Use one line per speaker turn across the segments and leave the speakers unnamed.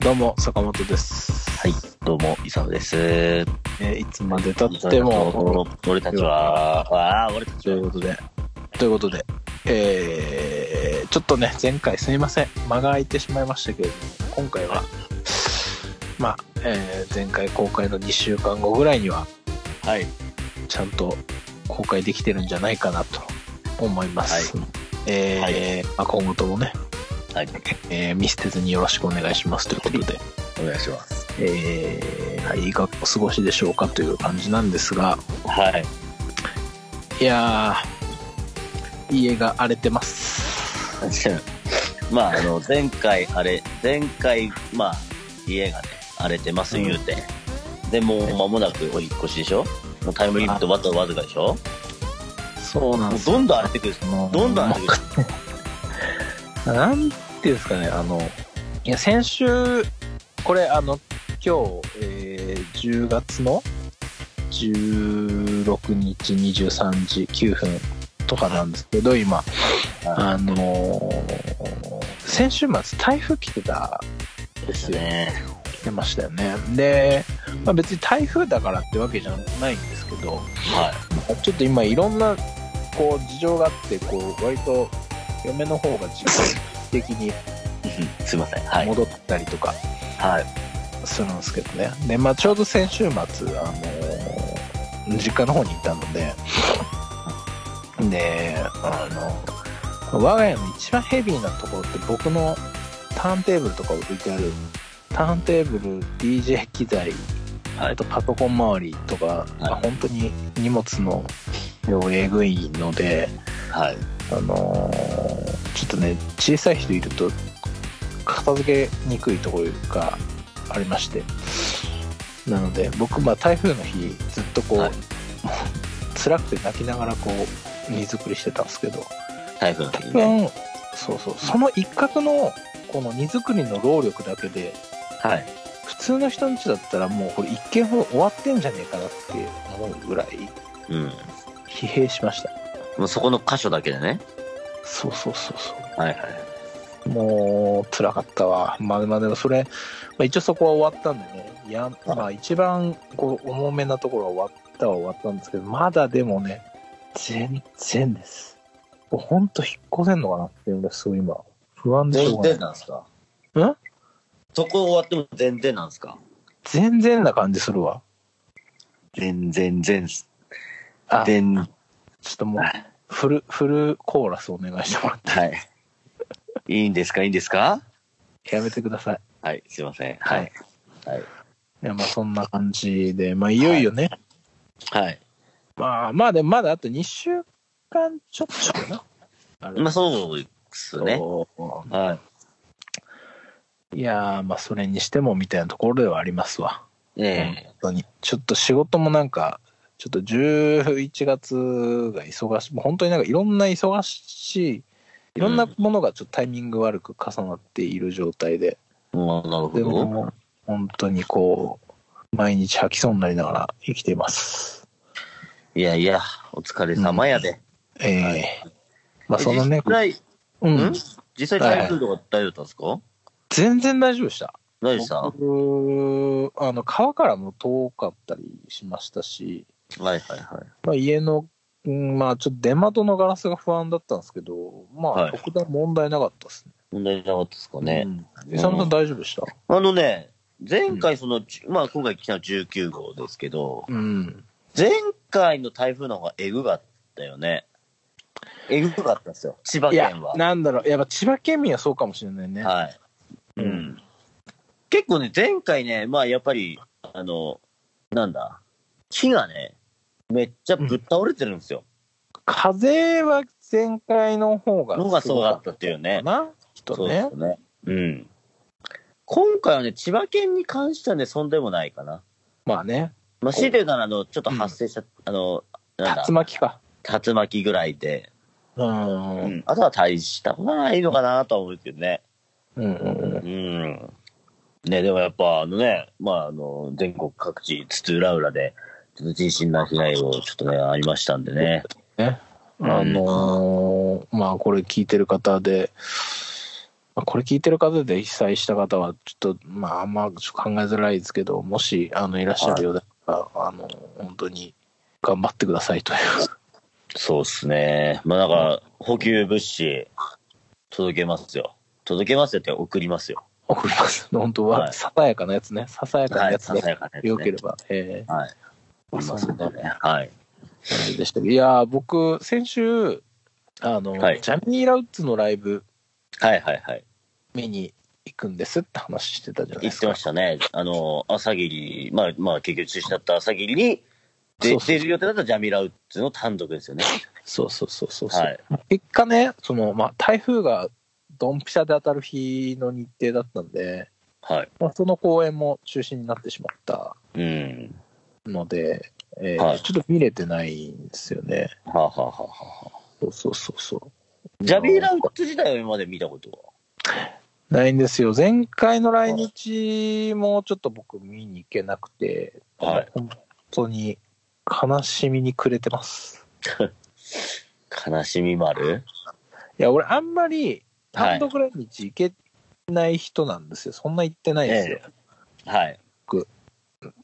どうも、坂本です。
はい、どうも、イサムです。
えーいつまで経っても、、
俺たちは、ああ、俺たち
という
は、
ことで、ということで、えー、ちょっとね、前回すみません。間が空いてしまいましたけれども、今回は、まあ、えー前回公開の2週間後ぐらいには、
はい、
ちゃんと公開できてるんじゃないかなと思います。えー
はい
まあ、今後ともね、
はい、
えー見捨てずによろしくお願いしますということで、
お願いします。
えーはい、いかがお過ごしでしょうかという感じなんですが、
はい、
いやー、家が荒れてます。
まあ、あの、前回、あれ、前回、まあ、家がね、荒れてます、
うん
言うて。で、もう、間もなくお引っ越しでしょもうタイムリミットわずわずかでしょ
そうなん
も
で
う
すよ
どんどん荒れてくる。どんどん荒れてくる。
なんていうんですかね、あの、いや、先週、これ、あの、今日、えー10月の16日23時9分とかなんですけど、今、あのー先週末、台風来てた
ですね。
来てましたよね。で、まあ、別に台風だからってわけじゃないんですけど、
は
ちょっと今いろんなこう事情があってこう割と嫁の方が時間的に
い。すいません。はい。
戻ったりとか
はい。
するんですけどね、でまあ、ちょうど先週末、あのー実家の方にいたのでであの我が家の一番ヘビーなところって僕のターンテーブルとか置いてあるターンテーブル DJ 機材
は
あ
い。
とパソコン周りとか、まあ本当に荷物の量えぐいので、
はい。
あのーちょっとね小さい人いると片付けにくいところがありましてなので僕、まあ、台風の日ずっとこう、
はい
もう辛くて泣きながらこう荷造りしてたんですけど
台風の
多
時にね。
分そうそうその一角のこの荷造りの労力だけで
はい。
普通の人の家だったらもうこれ一軒ほど終わってんじゃねえかなって思うぐらい
うん。
疲弊しました
もうそこの箇所だけでね。
そうそうそうそう
はいはい。
もう、辛かったわ。まあ、まあ、でもそれ、まあ、一応そこは終わったんでね。いや、まあ、一番、こう、重めなところは終わったは終わったんですけど、まだでもね、全然です。もうほんと引っ越せんのかなっていうのがすごい今、不安でしょうがない。
全然なんですか
ん
そこ終わっても全然なんですか
全然な感じするわ。
全然全す。
あ、ちょ
全、は
っともう、フル、フルコーラスお願いしてもらっ
い。いいんですかいいんですか
て、やめてください。
はい、すいません。
はい。。
はい。
いや、まあ、そんな感じで、まあ、いよいよね、
はい。
まあ、まあ、でもまだあと2週間ちょっとかな。あれ
まあ、そうですね。
そう
はい
やー、まあ、それにしてもみたいなところではありますわ。
い。え
本当に。ちょっと仕事もなんか、ちょっと11月が忙しい、もう本当になんかいろんな忙しい、いろんなものがちょっとタイミング悪く重なっている状態で、
えまあなるほ
で
ど。
も、本当にこう、毎日吐きそうになりながら生きています。
いやいや、お疲れ様やで。
ええ
はい
まあ、そのね、
実際、
うんん、
実際台風とか大丈夫だったんですか
全然大丈夫でした。
大丈夫でしたは
僕あの川からも遠かったりしましたし、
いはいはい。
まあ、家の、うんまあ、ちょっと出窓のガラスが不安だったんですけど、ま
は
あ、
い
特段問題なかったですね。
問題なかったですかね。
うん。勇さん大丈夫でした
あのね、前回その、まあ今回来たの19号ですけど、
うん。
前回の台風の方がエグかったよね。エグかったんですよ。千葉
いや
県は。、
なんだろう、やっぱ千葉県民はそうかもしれないね。
はい。
う
うんん。結構ね、前回ね、まあやっぱり、あの、なんだ、木がね、めっちゃぶっ倒れてるんですよ。
風は前回の方が
のがそうだった
っ
っていう
た
ね。
な、きっ
そ
と
うで
ね
す。よね。うん。今回はね、千葉県に関してはね、そんでもないかな。
まあね、
まあ、強いて言うなら、あの、ちょっと発生した、あの、なんだ
竜、巻か。
竜巻ぐらいで、
うん。
うん、あとは大したことはないのかなとは思うけどね。
うんうん
うん。ね、でもやっぱ、あのね、まあ、あの、全国各地、津々浦々で、ちょっと人身な被害をちょっとね、ありましたんでね。
ね、あのーまあこれ聞いてる方で、まあ、これ聞いてる方で被災した方は、ちょっと、まあ、あんまちょっと考えづらいですけど、もし、あの、いらっしゃるようだったら、あの、本当に頑張ってくださいという。
そうっすね。まあだから、補給物資、届けますよ。届けますよって送りますよ。
送ります。本当は、
はい
ささやかなやつね。ささやかなやつ
さ
で、
さやかなやつね
よければ。ええ
はい。送りますんでね。はい。
感じでしたけどいやー、僕、先週、あの、
はい
ジャミー・ラウッツのライブ
はいはいはい。
見に行くんですって話してたじゃないで
言っ
す
て
か
ま。したね。あの、朝霧、まあまあ結局中止だった朝霧に、で
そうそう
出る予定だったジャミラウッツの単独ですよね。
そうそうそうそうそう、
はい。
結果ね、その、まあ、台風がドンピシャで当たる日の日程だったんで、
はい。
まあ、その公演も中止になってしまった
うん。
ので、えー
はい
ちょっと見れてないんですよね。
はあ、はあはあはあはあ、
そうそうそうそう。
ジャミラウッツ自体は今まで見たことは。
ないんですよ。前回の来日もちょっと僕見に行けなくて、
はい
本当に悲しみに暮れてます。
悲しみ丸
いや、俺あんまり
は
単
い
独来日行けない人なんですよ。そんな行ってないんですよ。
はい。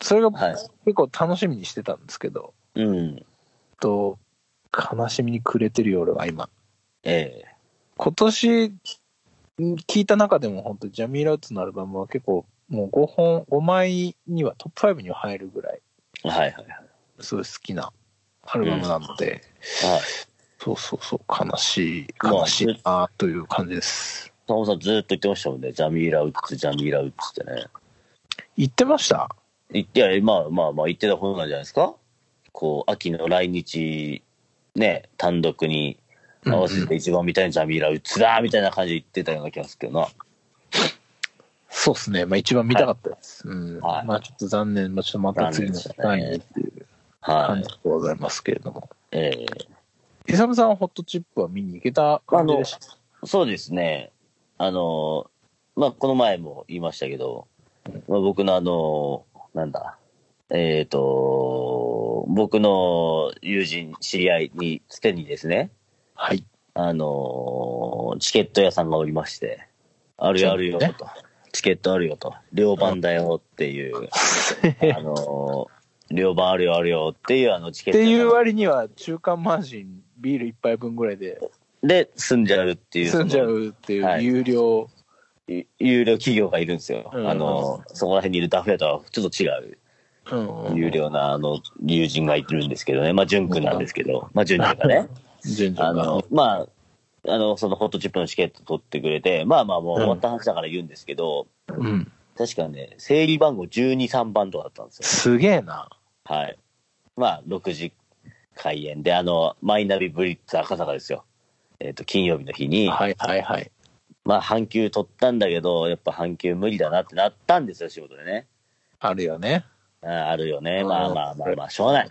それが
はい。
結構楽しみにしてたんですけど、
うん。
と悲しみに暮れてるよ、俺は今。
ええ
今年ん聞いた中でも本当ジャミー・ラウツのアルバムは結構もう5本、5枚にはトップ5には入るぐらい、
はいはいはい。
すごい好きなアルバムなので、
はい。
そうそうそう、悲しい、
まあ
悲しいなという感じです。
坂本さんずっと言ってましたもんね。ジャミーラウッツ、ジャミーラウッツってね。
言ってました
言って、いやまあまあまあ言ってたことなんじゃないですかこう、秋の来日、ね、単独に合わせ
うんうん
て一番見たいのジャミーラウッツだみたいな感じで言ってたような気がするけどな。
そうですね、まあ、一番見たかったです。うん
はい
まあちょっと残念、まあ、ちょっとまた次の機会にっていう
は
感
い
じ。でございますけれども。
ええ
イサムさん、ホットチップは見に行けた感じでした
そうですね。あの、まあ、この前も言いましたけど、まあ、僕のあの、なんだ、えっ、と、僕の友人、知り合いに、つてにですね、
はい。
あのーチケット屋さんがおりまして、あるよあるよと、
ね
チケットあるよと、両番だよっていう、あのー両番あるよあるよっていうあのチケ
っ
ッ
て
ト屋さん
いう割には中間マージンビール一杯分ぐらいで
で済んじゃうっていう、
済んじゃうってい
は
う
い
有料、
ゆ有料企業がいるんですよ。
うん
あのーそこら辺にいるダフ屋とはちょっと違う、
うん
有料なあの友人がいるんですけどね、まあ、淳君なんですけど、まあ、淳君 がね。
順序
あ
が
の、まあ、あの、そのホットチップのチケット取ってくれて、まあまあもう終わった話だから言うんですけど、
うん、
確かね、整理番号12、3番とかだったんですよ。
すげえな
はい。まあ、6時開演で、あの、マイナビブリッツ赤坂ですよ。えっ、と、金曜日の日に、
はいはいはい
まあ、半休取ったんだけど、やっぱ半休無理だなってなったんですよ、仕事でね。
あるよね
ああるよね。
うん
まあまあまあまあ、しょうがない。し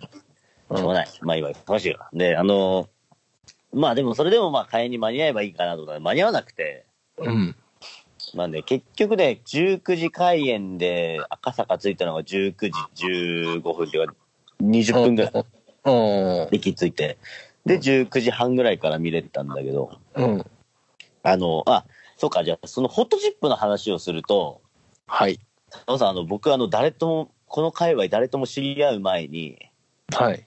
うん
ょうがない。まあ、今、楽しいわ。で、あの、まあでも、それでもまあ、開演に間に合えばいいかなと思ったら、間に合わなくて、
うん
まあね、結局ね、19時開演で赤坂着いたのが19時15分っていうか、20分ぐらい
うん
駅着いて、で、19時半ぐらいから見れてたんだけど、
うん
あの、あ、そうか、じゃあ、そのホットチップの話をすると、
はい
佐藤さん、あの、僕、あの、誰とも、この界隈誰とも知り合う前に、
はい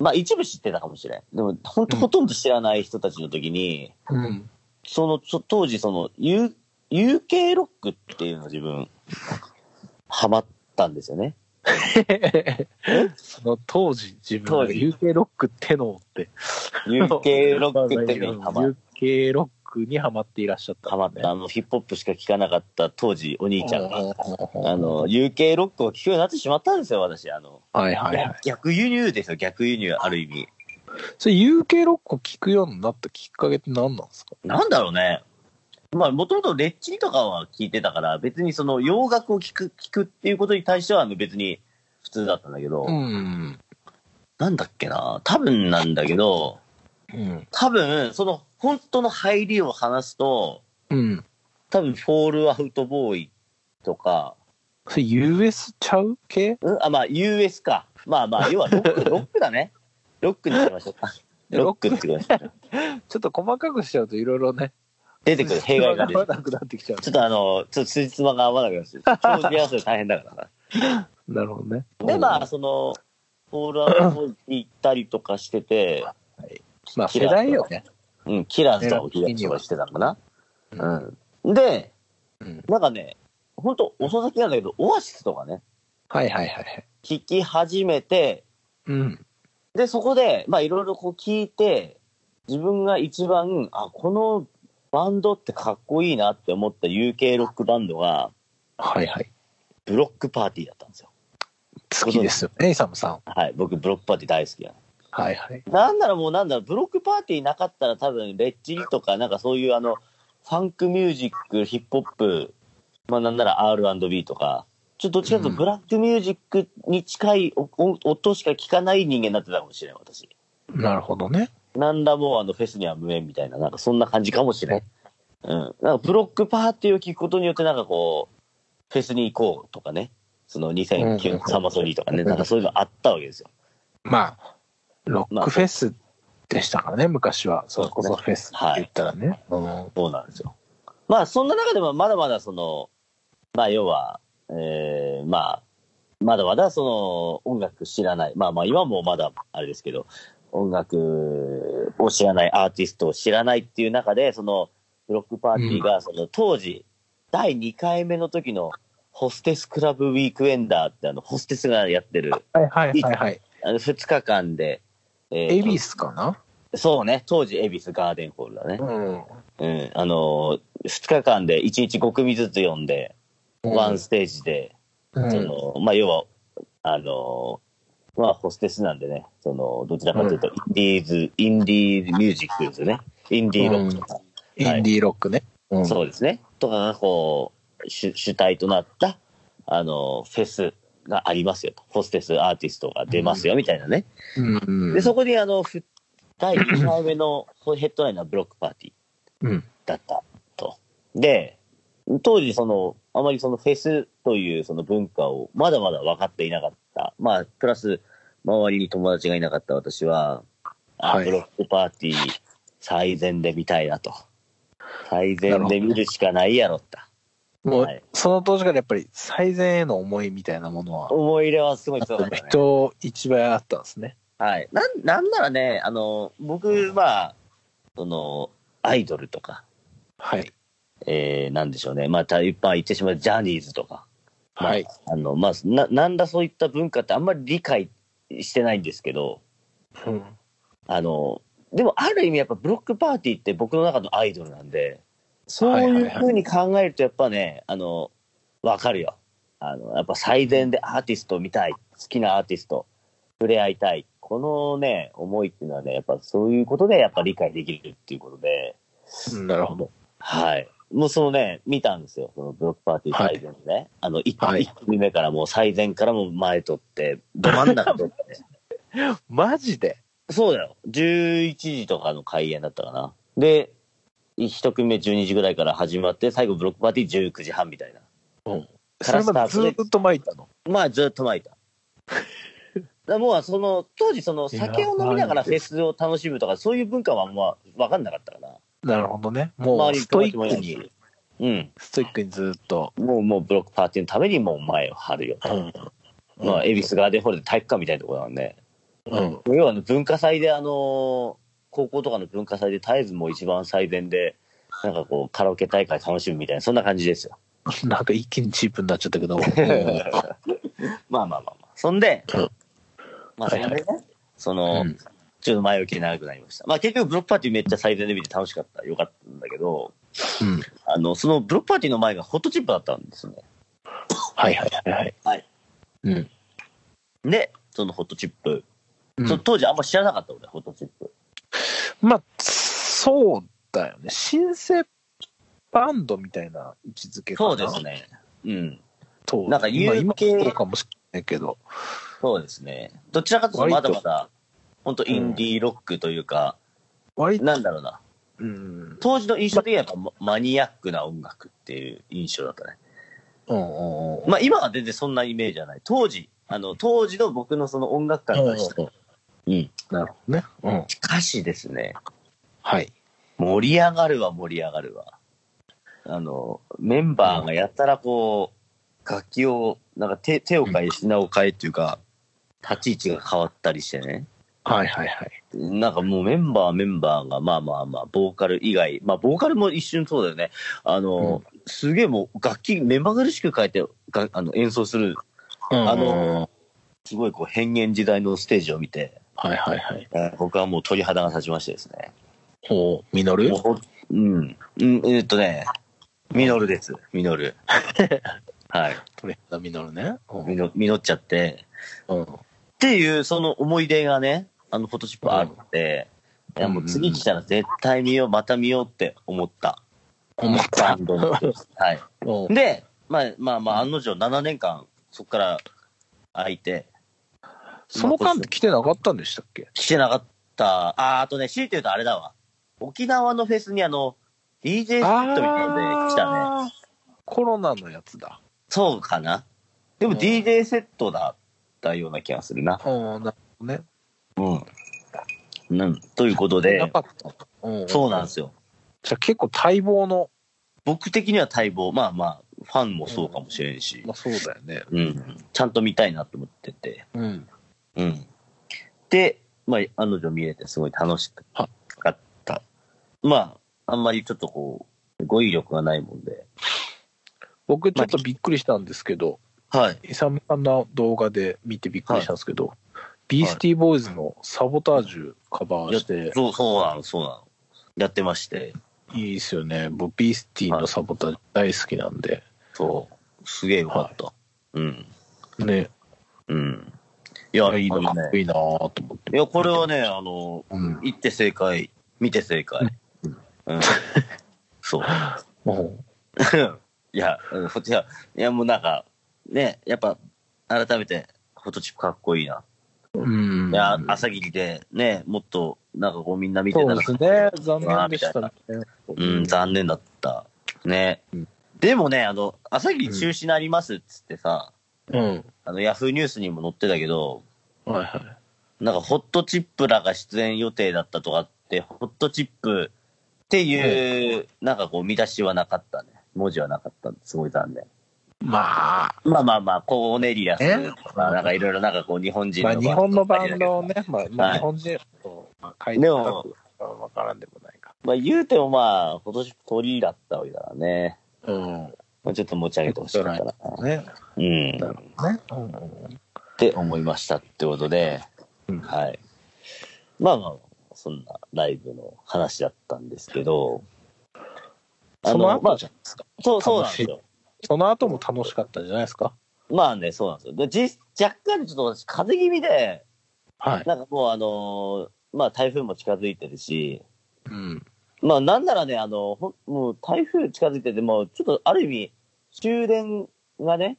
まあ、一部知ってたかもしれん。でも、ほんと、
うん
ほとんど知らない人たちの時に、
うん
その、ちょ当時、その、U、UK ロックっていうのを自分、ハマったんですよね。
その当時自分
当
が
時
UK ロックってのって
UK ロックっていうのにハ マ
UK ロックにハマっていらっしゃった
ハマった、あの、ヒップホップしか聴かなかった当時、お兄ちゃんが、あ
あ
の、UK ロックを聴くようになってしまったんですよ、私。あの、
はいはいはい
逆輸入ですよ、逆輸入、ある意味。
それ UK ロックを聞くようになったきっかけって何なんですか
なんだろうね。まあ、もともとレッチリとかは聞いてたから、別にその洋楽を聴く、聞くっていうことに対しては、あの、別に普通だったんだけど、
うん
なんだっけな、多分なんだけど、
うん
多分、その、本当の入りを話すと、
うん
多分、フォールアウトボーイとか、
それ US ちゃう系
うん、あ、まあ、US か。まあまあ、要はロック、 ロックだね。ロックにしましょうか。ロックってことですね
ちょっと細かくしちゃうといろいろね
出てくる弊害が出
出
てく
て
る。
なくなってきちゃ
ちょっとあの、ちょっとつじつまが合わなくなって、長期合わせ大変だからな。
う。なるほどね。
で、まあ、その、ポールアウト行ったりとかしてて、
まあ、世代よね。
うん、キラーズとかを東はしてたのかな。
うん。
うん。で、
うん
なんかね、ほんと遅咲きなんだけど、オアシスとかね、
はいはいはいはい。
聞き始めて、
うん。
で、そこで、まあ、いろいろこう聞いて、自分が一番、あ、このバンドってかっこいいなって思った UK ロックバンドが、
はいはい。
ブロックパーティーだったんですよ。
好きですよね、イサムさん。
はい、僕、ブロックパーティー大好きなの
はいはい。
なんならもうなんだろう、ブロックパーティーなかったら多分、レッチリとか、なんかそういうあの、ファンクミュージック、ヒップホップ、まあなんなら R&B とか、ちょっとどっちかという
うん
とブラックミュージックに近いおお音しか聞かない人間になってたかもしれない、私。
なるほどね。
なんらもうあの、フェスには無縁みたいな、なんかそんな感じかもしれない。うん。なんかブロックパーティーを聞くことによってなんかこう、フェスに行こうとかね、その2009のサマソニーとかね、なんかそういうのあったわけですよ。
まあ、ロックフェスでしたからね、昔は。それこそフェスって言ったらね。うん
そうなんですよ。まあ、そんな中でも、まだまだその、まあ、要は、えー、まあ、まだまだその、音楽知らない。まあまあ、今もまだ、あれですけど、音楽を知らない、アーティストを知らないっていう中で、その、ブロックパーティーが、その、当時、第2回目の時の、ホステスクラブウィークエンダーって、あの、ホステスがやってる、
はいはいはいはい。
あの、2日間で、えー
エビスかな
そうね、当時、恵比寿ガーデンホールだね。
うん。
うん、あの2日間で1日5組ずつ読んで、ワンステージで、
うん
そのまあ、要はあの、まあ、ホステスなんでねそのどちらかというとインディーズ、インディーミュージックですよねインディーロックとか、
インディーロックね。うん
そうですねとかがこう主主体となったあのフェスがありますよとホステスアーティストが出ますよみたいなね、
うん。
でそこにあのふ第2回目のヘッドラインはブロックパーティー
うん。
だったと。で、当時その、あまりそのフェスというその文化をまだまだ分かっていなかった。まあ、プラス、周りに友達がいなかった私は、あ
はい
ブロックパーティー最善で見たいなと。最善で見るしかないやろって。
もう
はい、
その当時からやっぱり最善への思いみたいなものは、
思い入れはすごい強かった、ね。
人一倍あったんですね。
はい。なん、なんならね、あの、僕は、その、アイドルとか、
はい。
えー、なんでしょうね。まあ、た一般言ってしまうジャニーズとか、まあ
はい。
あの、まあ、な、なんだそういった文化ってあんまり理解してないんですけど、
うん
あの、でもある意味やっぱブロックパーティーって僕の中のアイドルなんで、そう
はい
い
は
う
いはい
ふうに考えるとやっぱね、あの、わかるよ。あの、やっぱ最善でアーティストを見たい、好きなアーティスト、触れ合いたい。このね、思いっていうのはね、やっぱそういうことでやっぱ理解できるっていうことで、
うんなるほど。
はい。もうそのね、見たんですよ。そのブロックパーティー最前のね。あの、一
はい
一組目からもう最前からも前取 って、ど真ん中取って。
マジで
そうだよ。11時とかの開演だったかな。で、一組目12時ぐらいから始まって、最後ブロックパーティー19時半みたいな。
それまでずっと巻いたの。
まあ、ずっと巻い た。だからもうその、当時その酒を飲みながらフェスを楽しむとか、そういう文化はまあ、わかんなかったから。
なるほどね。もうストイックに、
に。うん。
ストイックにずっと。
もう、もうブロックパーティーのためにもう前を張るよ。
うん。
まあ、恵比寿ガーデンホールで体育館みたいなところなんで、
うん。
要はあの文化祭で、あのー高校とかの文化祭で絶えずもう一番最善で、なんかこう、カラオケ大会楽しむみたいな、そんな感じですよ。
なんか一気にチープになっちゃったけど。
まあまあまあまあ。そんで
うん、
まあ、そんでね、その、
うん
ちょっと前置きで長くなりました。まあ、結局、ブロックパーティーめっちゃ最善で見て楽しかった、よかったんだけど、
うん。
あの、そのブロックパーティーの前がホットチップだったんですね。
はいはいはいはい。
はい。
うん。
で、そのホットチップ。
うん
そ当時あんま知らなかった、俺、ホットチップ。
まあ、そうだよね。新生バンドみたいな位置づけか
そ
な。
うですね。うん。
と。
なんか
今、今
UK
そうかもしれないけど。
そうですね。どちらかというと、ま
割
だ
と
まだ、本当インディーロックというか、
割と、
なんだろうな。
うん。
当時の印象で言えばママニアックな音楽っていう印象だったね。
うんうんうん。
まあ今は全然そんなイメージはない。当時、あの、当時の僕のその音楽観からしたら、うん。
なるほどね。うん。
しかしですね、
はい。
盛り上がるわ、盛り上がるわ。あの、メンバーがやったらこう、楽器を、なんか手手を変え、品を変えっていうか、立ち位置が変わったりしてね。
はいはいはい。
なんかもうメンバーメンバーが、まあまあまあ、ボーカル以外、まあボーカルも一瞬そうだよね。あの、すげえもう楽器目まぐるしく変えて、があの演奏する、あの、すごいこう変幻時代のステージを見て、
はいはいはい。
えー僕はもう鳥肌が立ちましてですね。
おミノル
もうほんうん。うん、えーっとね、ミノルです。ミノル。 はい。
トレーダーミノルね。
ミノ、ミノっちゃって。
うん。
っていう、その思い出がね、あの、フォトシップあって、
うん
いやもう次来たら絶対見よう、また見ようって思った。
思った。
バンドの はい。
お
で、まあまあまあ、案の定7年間、そこから空いて、
その間って来てなかったんでしたっけ
来てなかった。あー、あとね、強いて言うとあれだわ。沖縄のフェスにあの、DJ セットみたいので来たね。
ね。コロナのやつだ。
そうかな。でも
うん
DJ セットだったような気がするな。
うん、なるほどね。
うん。なんということ
な
で、
かった。うん、
そうなんですよ。
じゃあ結構待望の、
僕的には待望、まあまあ、ファンもそうかもしれんし
ま、あ、そうだよね。
うん。ちゃんと見たいなと思ってて、
うん。
うん。で、まあ、彼女見れてすごい楽しかった。まあ、あんまりちょっとこう、語彙力がないもんで。
僕ちょっとびっくりしたんですけど、
はい。
イサムさんの動画で見てびっくりしたんですけど、ビースティーボーイズのサボタージュカバーして、
そう、そうなの、そうなの。やってまして。
いいですよね。僕、ビースティのサボタージュ大好きなんで、
そう。すげえよかった。うん。
ね、
うん。いや、
いいな、
あ
か
の
っ
ね
こいいなと思って。
いや、これはね、あの、
うん。
行って正解、見て正解。うん。そう。
うん
いや、うん、ほいや、いやもうなんか、ね、やっぱ、改めて、フォトチップかっこいいな。
うん。
いや、朝霧で、ね、もっと、なんかこうみんな見て
そ
た
う
ら
で、すね。残念でしたね。
うん、残念だった。ね。
うん
でもね、あの、朝霧中止になりますっつってさ、
うん。
あの、ヤフーニュースにも載ってたけど、
はいは
なんかホットチップらが出演予定だったとかって、ホットチップっていう、なんかこう見出しはなかったね。文字はなかったんですごい残念。
い。まあ、
まあまあまあ、コーネリアス
え
とか、なんかいろいろなんかこう日本人
まあ、
の
日本のバンドを
ね。
ね、まあ、ま
は
あ、
い
日本人と、まあ、書い
で
て
も
わからんでもないか。
まあ言うてもまあ、今年鳥だったわけだからね。
うん。
まあちょっと持ち上げてほしかったな。
ね。
うん。
な
っ
るほどね。うん
て思いましたってことで、
うん
はい。まあまあ、そんなライブの話だったんですけど、
その
ま
後
あ
じゃないですか。
そう、そうなんですよ。
その後も楽しかったんじゃないですか。
まあね、そうなんですよ。で実若干ちょっと私、風邪気味で、
はい。
なんかもうあのーまあ台風も近づいてるし、
うん。
まあなんならね、あの、ほんもう台風近づいてて、もうちょっとある意味、終電がね、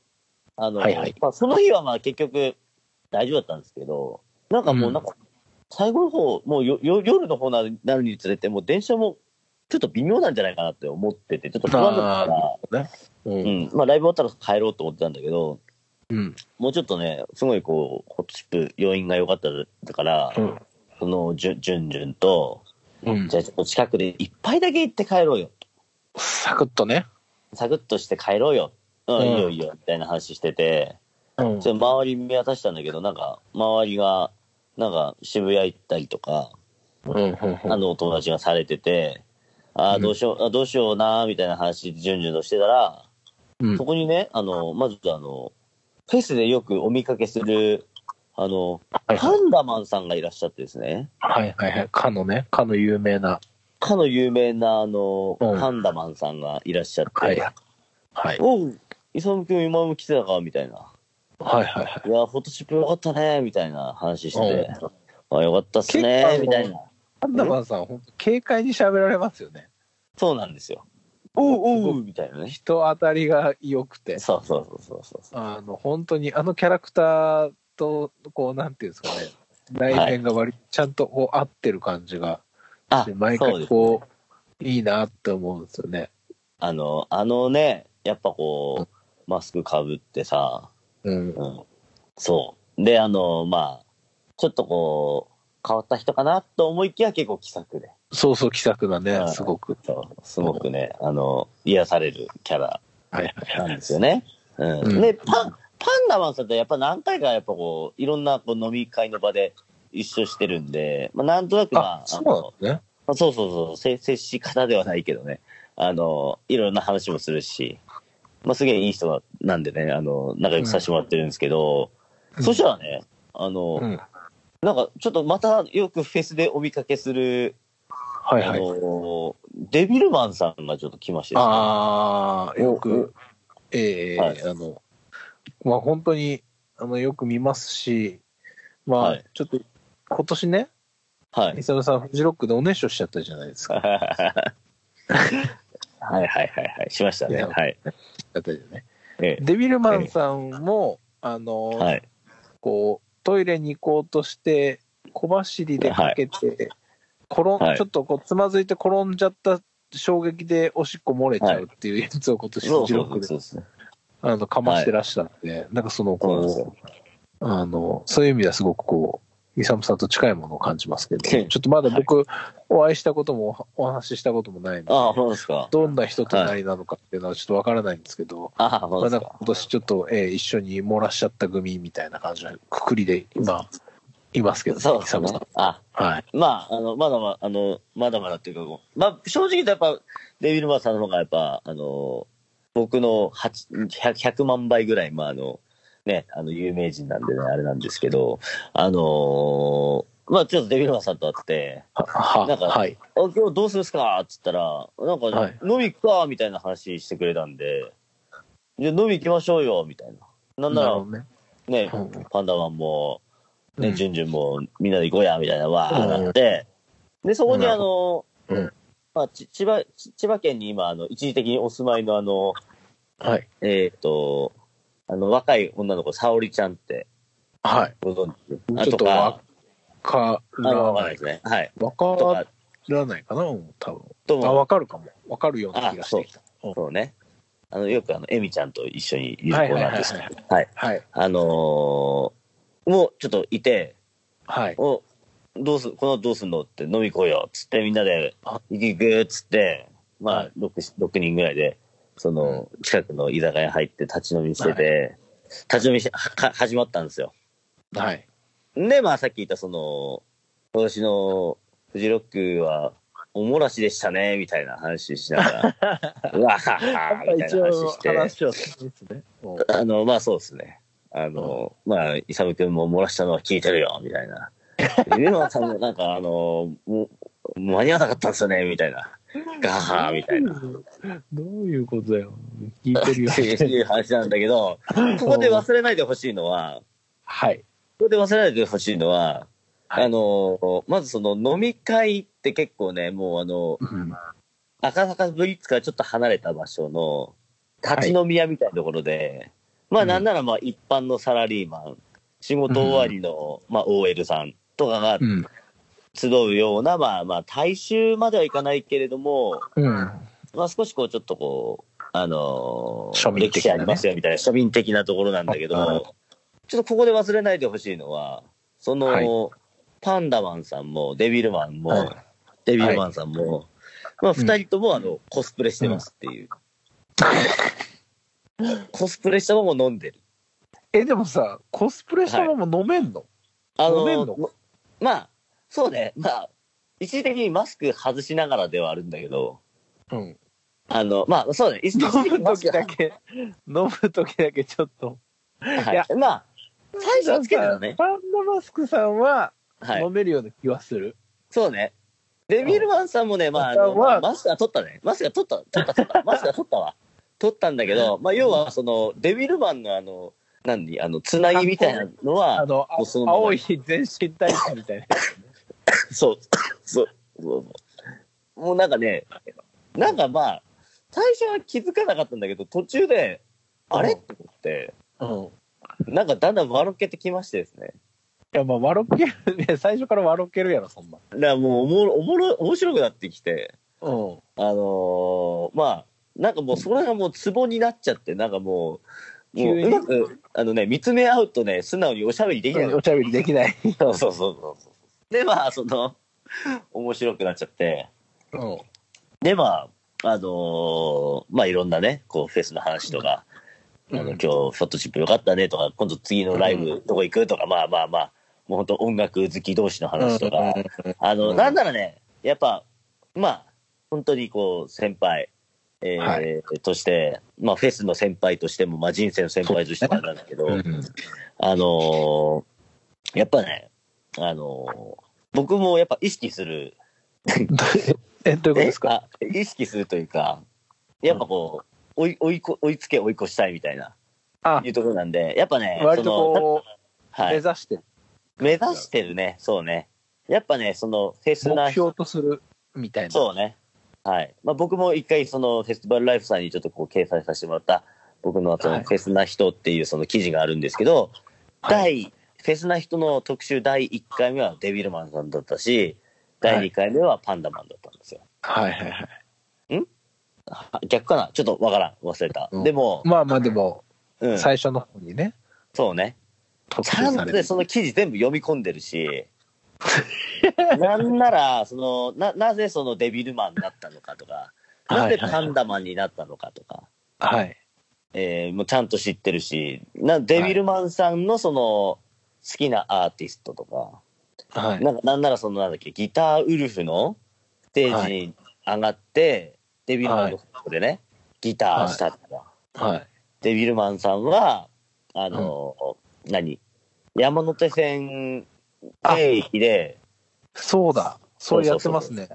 あの、
はいはい
まあその日はまあ結局大丈夫だったんですけど、なんかもうなんか、最後の方、もうよよ夜の方なるなるにつれて、もう電車もちょっと微妙なんじゃないかなって思ってて、ちょっと不安だったから、
う。
うんん、まあライブ終わったら帰ろうと思ってたんだけど、
うん。
もうちょっとね、すごいこう、ホットチップ要因が良かっただから、
うん。
その、じゅ、じゅんじゅんと、
うん
じ。ゃあちょっと近くで一杯だけ行って帰ろうよ。
サクッとね。
サクッとして帰ろうよ。うん、
うん
いいよいいよ、みたいな話してて、
うん
ちょっと周り見渡したんだけど、なんか、周りが、なんか、渋谷行ったりとか、
うん。
あの、お友達がされてて、あ
う
あ、
ん
どうしよう、あどうしような、みたいな話、じゅんじゅんとしてたら、
うん
そこにね、あの、まずあの、フェスでよくお見かけする、あの、
はい
パンダマンさんがいらっしゃってですね、
はいはいはい。かのね、かの有名な。
かの有名なあの、
うん
パンダマンさんがいらっしゃって、
はいはい。
おう、イサム君今も来てたかみたいな。
はいはいはい。
いや、フォトシップよかったね、みたいな話してて、
う
あよかったっすね、みたいな。
パンダマンさん、ほんと軽快に喋られますよね。
そうなんですよ。おうおうみたいなね。
人当たりが良くて。
そうそうそうそうそうそう。
あの、本当に、あのキャラクターと、こう、なんていうんですかね。内面が割り、ちゃんとこう合ってる感じが、
あ
で、毎
そう
回
です
こう、いいなって思うんですよね。
あの、あのね、やっぱこう、マスクかぶってさ、
うん。
うん。そう。で、あの、まあ、ちょっとこう、変わった人かなと思いきや結構気さくで。
そうそう、気さくだね
は、い
すごく。
そうすごくね、あの、癒されるキャラ
はいはい
な
は
ん
い。
ですよね。うん
うん
で、パン、パンダマンさんとやっぱ何回かやっぱこう、いろんなこう飲み会の場で一緒してるんで、まあ、なんとなくま
あ、、
あ
そうなんですね。
まあ、そうそうそう、せ接し方ではないけどね、あの、いろんな話もするし、まあ、すげえいい人ななんでね、あの、仲良くさせてもらってるんですけど、
うん
そしたらね、あの、
うん。
なんかちょっとまたよくフェスでお見かけする、
はいは
あ
い。
の、デビルマンさんがちょっと来ましてですね、
ああ、よく、ええ
はい
あの、まあ本当に、あの、よく見ますし、まあ、
はい
ちょっと、今年ね、
はい
イ。サムさん、フジロックでおねしょしちゃったじゃない ですか。
はいはいはいはい。しましたね。はい。
だったじゃない
え
デビルマンさんも、あの、
えはい。
こう、トイレに行こうとして、小走りでかけて、転ん
はい
ちょっとこう、つまずいて転んじゃった衝撃でおしっこ漏れちゃうっていうやつを今年、
そ
フ
う
ジ
そ
ロ
う
ッ
そ
ク
う
で
そうですね。
あの、かましてらっしゃって、なんかその、
そうなん
こ
です
う
よ、。
あの、そういう意味ではすごくこう、イサムさんと近いものを感じますけど、
うん
ちょっとまだ僕、お会いしたこともお話ししたこともない
あ
の
あ、
で、
そうですか。
どんな人となりなのかっていうのはちょっとわからないんですけど、
ああ、そ
まあ
う
な
で
ん
す
か
か。
今年ちょっと、えー一緒に漏らしちゃった組みたいな感じのくくりで今、いますけど、
そう
イ
で
サ
す
ム
ね
さん。。
あ
はい。
まあ、あの、まだまだ、あの、まだまだっていうかこう、まあ、正直言うとやっぱ、デビルマンさんの方がやっぱ、あの、僕の八100 100万倍ぐらい、まあ、あの、ね、あの、有名人なんでね、あれなんですけど、あのまあ、ちょっとデビルマンさんと会って、
は、は
なんか
はい。
あ今日どうするんすかっつったら、なんか、
はい
飲み行くかみたいな話してくれたんで、じゃあ飲み行きましょうよみたいな。なんなら、
ね。
ね、
うん
パンダマンも、
う
ね、
ん
ジュンジュンもみんなで行こうやみたいな、わー
うん
なって、で、そこに
な
あ
る
の、
うん
まあ、ち千葉、ち千葉県に今、あの、一時的にお住まいのあの、
はい。
えっ、と、あの、若い女の子、沙織ちゃんって
はい。
ご存知ですあ
ちょっとわか
か、
ら
あの、わか
な
んない
い
で。すね。はい。
わ
とか
か、らないかな、うん多分。
と
あ、
も、
わかるかも。わかるような気がしてきた。
そうね。あの、よくあの、エミちゃんと一緒にいる子なんですけど
はい
はい。
はい。
あのーもうちょっといて、
はい。
おどうすこの後どうすんのって飲み行こうよっつってみんなで
あ
行く行くっつってまあ、
はい
6, 6人ぐらいでその近くの居酒屋入って立ち飲みしてて、立ち飲みしはか始まったんですよ
はい。
でまあさっき言ったその今年のフジロックはおもらしでしたねみたいな話しながらうわははみたいな話して
をするんですね。
あの、まあそうですね。あの、まあ、イサム君も漏らしたのは聞いてるよ、みたいな。で、まあ、多分なんか、あの、もう間に合わなかったんですよね、みたいな。ガハハみたいな。っ
どういうことだよ。聞いてるよ。
て いう話なんだけど、ここで忘れないでほしいのは、
はい。
ここで忘れないでほしいのは、
はい
あの、まずその飲み会って結構ね、もうあの、赤坂ブリッツからちょっと離れた場所の立ち飲み屋みたいなところで、まあなんならまあ一般のサラリーマン、仕事終わりの、まあ OL さんとかが
うん。
集うような、まあまあ大衆まではいかないけれども、
うん。
まあ少しこうちょっとこう、あのー
庶民的なね
歴史ありますよみたいな庶民的なところなんだけ
ああ
ど、ちょっとここで忘れないでほしいのは、その、
はい
パンダマンさんもデビルマンも、
はい
デビルマンさんも、まあ二人ともあの、コスプレしてますっ ていう。コスプレしたまま飲んでる。
え、でもさ、コスプレしたまま飲めんの
あ
飲
の
めんの
まあ、そうね、まあ、一時的にマスク外しながらではあるんだけど、
うん。
あの、まあ、そうね、一時
飲
的に
む
マ
と
スク
きだけ、飲むときだけちょっと。
はい
や
い、まあ、最初はつけてたね。
パンダマスクさんは
はい
飲。めるような気はする。
そうね。デビルマンさんもね、まあ、あ
う
の
んまあ
マスクは取ったね。マスクは取った、取った、取 った。マスクは取ったわ。取ったんだけど、まあ、要は、その、デビルマンのあの、何、あの、つなぎみたいなの
あ
は、
の、あ
もうそのまま
青い全身体操みたい な。
そう、 そう、そうそう。もうなんかね、なんかまあ、最初は気づかなかったんだけど、途中で、あれ
う
っ
ん
て思って、
うん。
なんかだんだん笑けてきましてですね。
いや、まあ、笑ける、いや最初から笑けるやろ、そんな。
だからもうおもろ、おもろ、面白くなってきて、
うん。
あのーまあ、なんかもうそれがもうツボになっちゃって、なんかもう、もう
急に
うまく、あのね、見つめ 合うとね、素直におしゃべりできない。
おしゃべりできない。
そうそうそうそう。で、まあ、その、面白くなっちゃって。
うん。
で、まあ、あのーまあいろんなね、こうフェスの話とか、
うん
あの今日フォトシップよかったねとか、今度次のライブどこ行くとか、まあまあまあ、もう本当音楽好き同士の話とか、あの、
うん
なんならね、やっぱ、まあ、本当にこう、先輩、えー
は
として、まあ、フェスの先輩としても、まあ、人生の先輩としてもなんだけど、
うん。
あのーやっぱね、あのー僕もやっぱ意識する、
え、どういうことですか
あ意識するというか、やっぱこう、追い追いこ追いつけ追い越したいみたいな、
あ
い、うところなんで、やっぱね、
割と
その
こう、
は
目
い、
指してる、
目指してるね、そうね。やっぱね、その、フェスな
目標とするみたいな。
そうね。はい。まあ、僕も一回、その、フェスティバルライフさんにちょっとこう、掲載させてもらった、僕のそ
は
の、
い
フェスな人っていうその記事があるんですけど、
はい。
第、フェスな人の特集第1回目はデビルマンさんだったし、
は
第
い
2回目はパンダマンだったんですよ。
はいはいはい。
あ逆かなちょっとわからん。忘れた。
うん
でも、
まあまあでも、
うん、
最初の方にね、
そうね。
特
ちゃ
集さ
ん
れ
とね
て
その記事全部読み込んでるし、なんなら、その、な、なぜそのデビルマンになったのかとか、なぜパンダマンになったのかとか、
はい。
えーもうちゃんと知ってるし、なデビルマンさんのその好きなアーティストとか、
はい。
なんかなんならそのなんだっけ、ギターウルフのステージに上がって、デビルマンのここでね、ギターしたとか、
はい。
デビルマンさんは、あの、何山手線経駅で、
そうだ。それやってますね。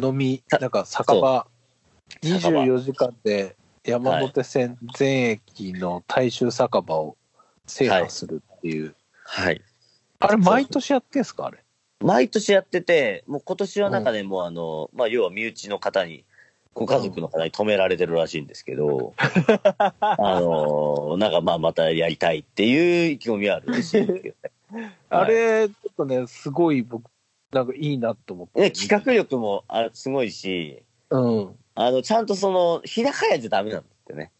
飲み、なんか酒場、
そう酒場
24時間で山手線全駅の大衆酒場を制覇するっていう。
はい。
あれ、毎年やってんすかあれ。
毎年やってて、もう今年はなんかね、もうあの、まあ、要は身内の方に、ご家族の方に止められてるらしいんです けど、あの、なんかまあ、またやりたいっていう意気込みはあるらしいんですけ どね
あれ、ちょっとね、すごい僕、なんかいいなと思っ
ね
て。
企画力もあすごいし、
画うん。
あの、ちゃんとその、日高屋じゃダメなんだってね。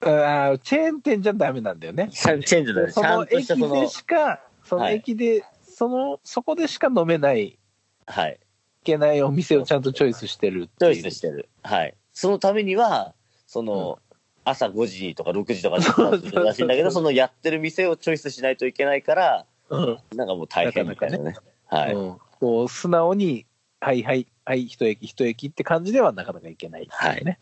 あーチェーン店じゃダメなんだよね。
チェーンじゃダメ。ち
そ
ゃ
の
んとし
駅
たそ
で
の、
しか、その
はい
駅で、その、そこでしか飲めない、い
はい。
けないお店をちゃんとチョイスしてるって
チ
い
ョ
う。
イスしてる。はい。そのためには、その、朝5時とか6時とかにスタートするらしいんだけど、
そ
そのやってる店をチョイスしないといけないから、
うん。
なんかもう大変みたいなね。はい、
うん、こう素直に、はいはい、 はい、一駅、一駅って感じではなかなかいけない、
はい
ね。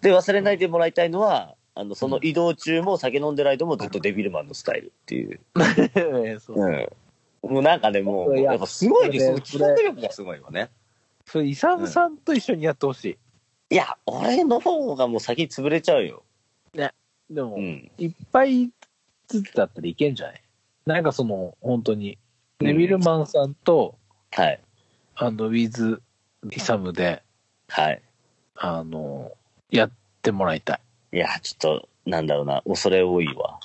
で、忘れないでもらいたいのは、あの、その移動中も酒飲んでる間もずっとデビルマンのスタイルっていう。
そう
うん。もうなんかね、もう、
いや
やっぱすごい
こ
ね、
れ
その企画力がすごいわね。
それ、イサムさんと一緒にやってほしい。
いや、俺の方がもう先に潰れちゃうよ。
でも、
うん。
いっぱいずつだったらいけんじゃないなんかその、本当に、
うん
ネビルマンさんと、
はい。
あの、ウィズ・イサムで、
はい。
あの、やってもらいたい。
いや、ちょっと、なんだろうな、恐れ多いわ。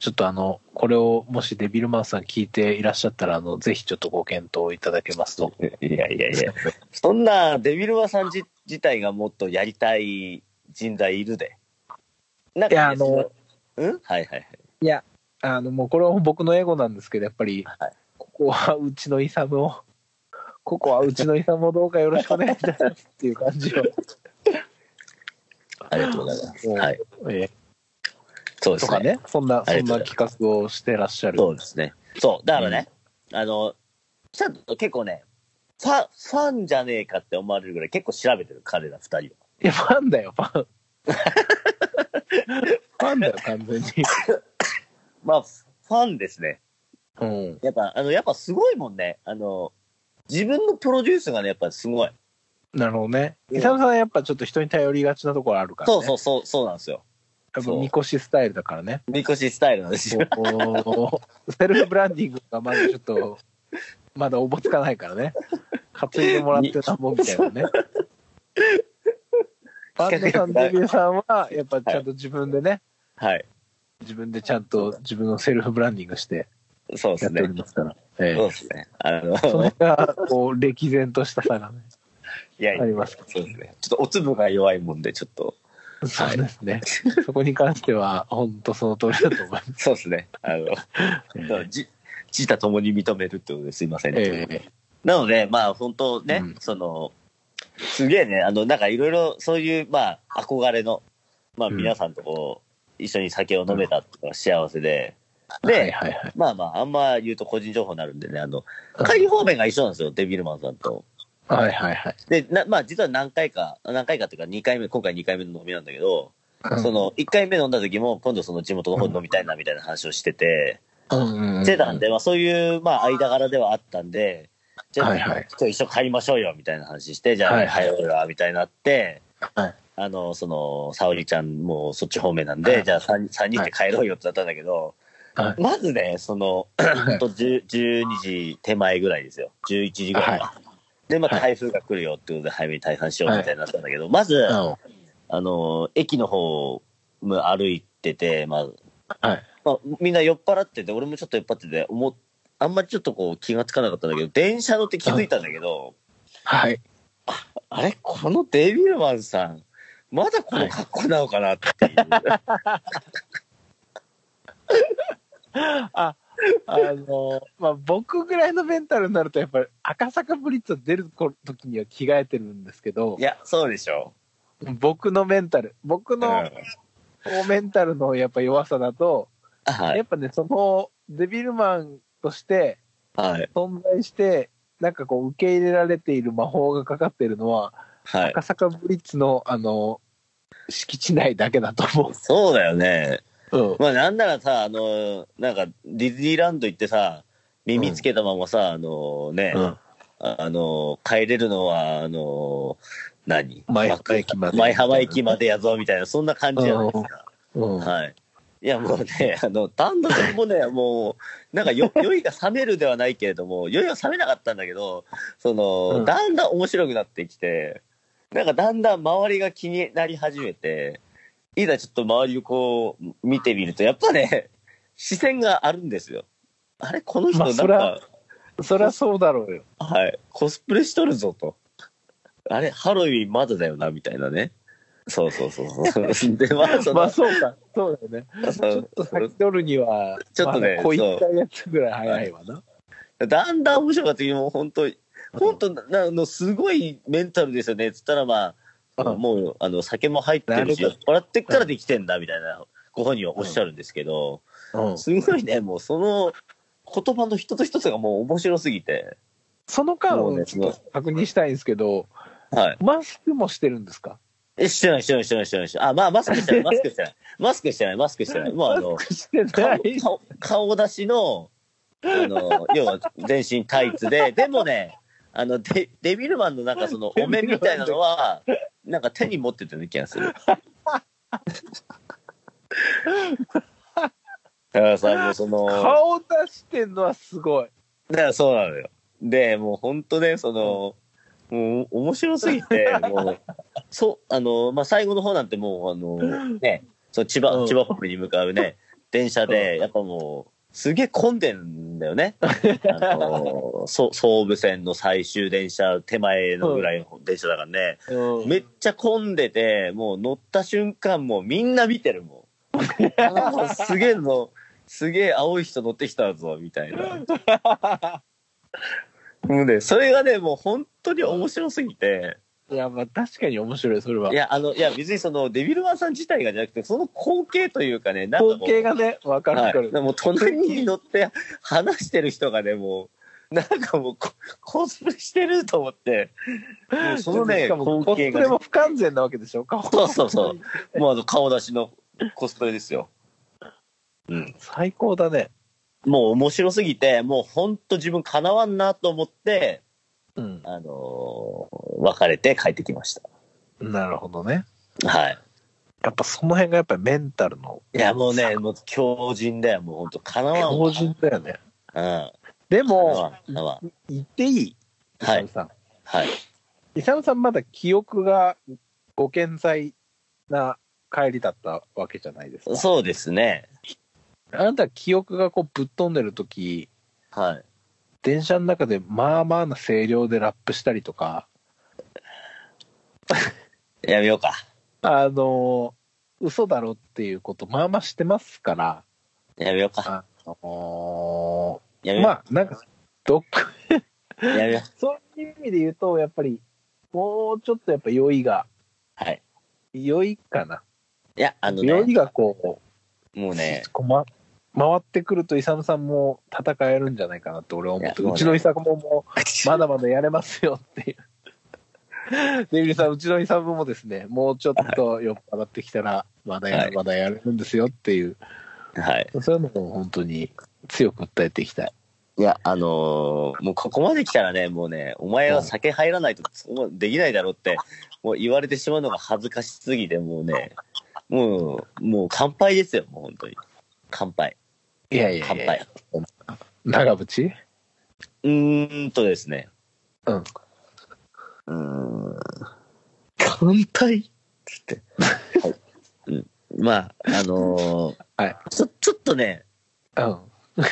ちょっとあの、これをもしデビルマンさん聞いていらっしゃったら、あの、ぜひちょっとご検討いただけますと。
いやいやいや。そんなデビルマさんじ自体がもっとやりたい人材いるで。なん
いや、
か
あ
ね、
の、
そのうんはいはいはい。
あの、もうこれは僕の英語なんですけど、やっぱり、
はい
ここはうちのイサム を、ここはうちのイサムをどうかよろしくお願いいたしますっていう感じを。
ありがとうございます。
もう
はい。
え
そう
ーと
です
か
ね。
ね、そんな、
あ
そ
り
ん
がと
な
うございます
企画をしてらっしゃる。
そうですね。そう。だからね、あの、ちゃんと結構ね、ファン、ファンじゃねえかって思われるぐらい結構調べてる、彼ら二人を。
いや、ファンだよ、フ ァン。ファンだよ、完全に。
まあ、ファンですね。
うん。
やっぱ、あの、やっぱすごいもんね。あの、自分のプロデュースがね、やっぱすごい。
なるほどね。
うん
イサムさんはやっぱちょっと人に頼りがちなところあるから、ね。
そうそうそう、そうなんですよ。
やっぱ、みこしスタイルだからね。
みこしスタイルなんですよ。
こうセルフブランディングがまだちょっと、まだおぼつかないからね。担いでもらってなんぼみたいなね。バンドさん、デビューさんは、やっぱちゃんと自分でね、
はい。
自分でちゃんと自分のセルフブランディングして
そうで
や
す
ってお
ね
り。ますから。え
そう
え
ですね。あ
そ
の、
れが、こう、歴然とした差がね、
いやい
あ
や、
りますけ
そうですね。ちょっとお粒が弱いもんで、ちょっと、
ど。そうですね。そこに関しては、本当その通りだと思い ます。
そうですね。あの、じ自他ともに認めるってことですいません。
ええ
なので、まあ本当ね、
うん
その、すげえね、あの、なんかいろいろそういう、まあ憧れの、まあ
うん
皆さんとこう、一緒に酒を飲めたとか幸せで、で、
はいはいはい。
まあまあ、あんま言うと個人情報になるんでね、あの、会議方面が一緒なんですよ、デビルマンさんと。
はいはいはい。
で、なまあ実は何回か、何回かっていうか2回目、今回2回目の飲みなんだけど、その1回目飲んだ時も今度その地元の方で飲みたいなみたいな話をしてて、
の
してたんで、まあそういう、まあ間柄ではあったんで、じゃあ、
はいはい
今日一緒に帰りましょうよみたいな話して、じゃあ、
は
はいい、
はい
俺らみたいになって、
はい
あの、その、沙織ちゃんもそっち方面なん
は
で、
い
じゃあ 3, 三人で帰ろうよってなったんだけど、
は
まずね、その、 ほんと10 12時手前ぐらいですよ。11時ぐらいか。で、まあ、
はい
台風が来るよってことで、早めに退散しようみたいになったんだけど、まず、
う
あの、駅の方を歩いてて、まあ、
んはい。
まあ、みんな酔っ払ってて、俺もちょっと酔っ払ってて、思っあんまりちょっとこう気がつかなかったんだけど、電車乗って気づいたんだけど、
はい。
あれこのデビルマンさん、まだこの格好なのかなっていう。
あ、あの、まあ、僕ぐらいのメンタルになると、やっぱり赤坂ブリッツを出る時には着替えてるんですけど
い、や、そうでしょ。
僕のメンタル、僕
うん、は
のメンタルのやっぱ弱さだと、や
い。
っぱね、そのデビルマンとして
はい。
存在して、なんかこう受け入れられている魔法がかかっているのは、
はい。
赤坂ブリッツの、あの、敷地内だけだと思
そうだよね。
う。うん。
まあ、なんならさ、あの、なんか、ディズニーランド行ってさ、耳つけたままさ、あのね、
うん
あの、帰れるのは、あの、何
舞浜駅まで
舞浜駅までやぞ、みたいな、そんな感じじゃないですか。
うん
はい。いや、もうね、 あの、単独もね、もう、なん かよ、酔いが冷めるではないけれども、酔いは冷めなかったんだけど、その、
うん
だんだん面白くなってきて、なんかだんだん周りが気になり始めて、いざちょっと周りをこう、見てみると、やっぱね、視線があるんですよ。あれ、この人
まあ
なん
そ
か、
りゃそりゃそうだろうよ。
はい、コスプレしとるぞと。あれ、ハロウィンまだだよな、みたいなね。そうそうそう そう。で、まあ、その
まあそうか、そうだよね。ち
その
ょっと先取るには、
ちょっとね
まだこういったやつぐらい早いわな。
だんだん面白かった時もう本当に、本当なあの、すごいメンタルですよね。つったらまあ、
うん
もう、あの、酒も入ってるし
なるほ、
笑ってっからできてんだ、みたいな、ご本人はおっしゃるんですけど、すごいね、もうその、言葉の一つ一つがもう面白すぎて、
その間
もう
を
ね
ちょっと確認したいんですけど、
はい。
マスクもしてるんですか
え、してない、してない、してない、してないしてない。あ、まあ、マスクしてない、マスクしてない。マスクしてない、マスクしてない。もうあの
マ、スクしてな
顔
い。
顔顔出しの、あ の、要は全身タイツで、でもね、あのデデビルマンのなん かそのお面みたいなのは、なんか手に持ってたような気が する。だからさ、もうその、だか
顔出してんのはすごい。
らそうなのよ。で、もう本当ね、その、もう面白すぎて、もう、そう、あの、まあ、最後の方なんてもう、あの、ね、その千葉、
うん
千葉方面に向かうね、電車で、やっぱもう、すげえ混んでんだよね。あの、そ総武線の最終電車手前のぐらいの電車だからね、
うん
めっちゃ混んでて、もう乗った瞬間もうみんな見てるも ん。あのすげえの、すげえ青い人乗ってきたぞ、みたいな。もうね、それがね、もう本当に面白すぎて、。
いや、まあ確かに面白い、それはい
や、あの、いや、別にその、デビルマンさん自体がじゃなくて、その光景というかね、なん
光
かもう
景がね、わかるわか
はい、
る。
もう隣に乗って話してる人がね、もう、なんかもうコ、コスプレしてると思って、もうそのね、
しかもコ
光景
スプ
がね、
レも不完全なわけでしょ顔
そうそうそう。 もうあの、顔出しのコスプレですよ。うん。
最高だね。
もう面白すぎて、もうほんと自分かなわんなと思って、
うん。
あのー別れて帰ってきまし
なるほどね。
た。はい。
やっぱその辺がやっぱりメンタルの
いや、もうね、もう強靭だよ、もう本当かなわん
強
わ。
靭だよね。
うん。
で
も
も、
う、は
言っていいイサム
い、
さん。
はい。
イサムさんまだ記憶がご健在な帰りだったわけじゃないですか。
そうですね。
あなた記憶がこうぶっ飛んでる時、
はい。
電車の中でまあまあな声量でラップしたりとか、
やめようか。
あの、嘘だろっていうことまあまあしてますから、
やめようか。
あの
やめよう。
まあなんか、どっか、
やめよう。
そういう意味で言うと、やっぱり、もうちょっとやっぱ酔いが、
はい。
酔いかな。
いや、あの
酔い
ね、
がこ
もう
う、
ね、
こま、回ってくると、イサムさんも戦えるんじゃないかなって俺は思って
い
る、
や
うちのイサムも、まだまだやれますよ っていう。デビルさん、うちのイサムもですね、もうちょっと酔っ払ってきたら、まだや、
はい
まだやれるんですよっていう、
はい。
そういうのも本当に強く訴えていきたい。
いや、あのーもうここまで来たらね、もうね、お前は酒入らないとそうできないだろうって、もう言われてしまうのが恥ずかしすぎて、もうね、もう、もう乾杯ですよ、もう本当に。乾杯。
いやいや
乾
いや
杯。
長渕
うーんとですね。
うん。
うーん。
艦隊
つって。はい。うん。まあ、あのー
はい。
ちょ、ちょっとね、
うん。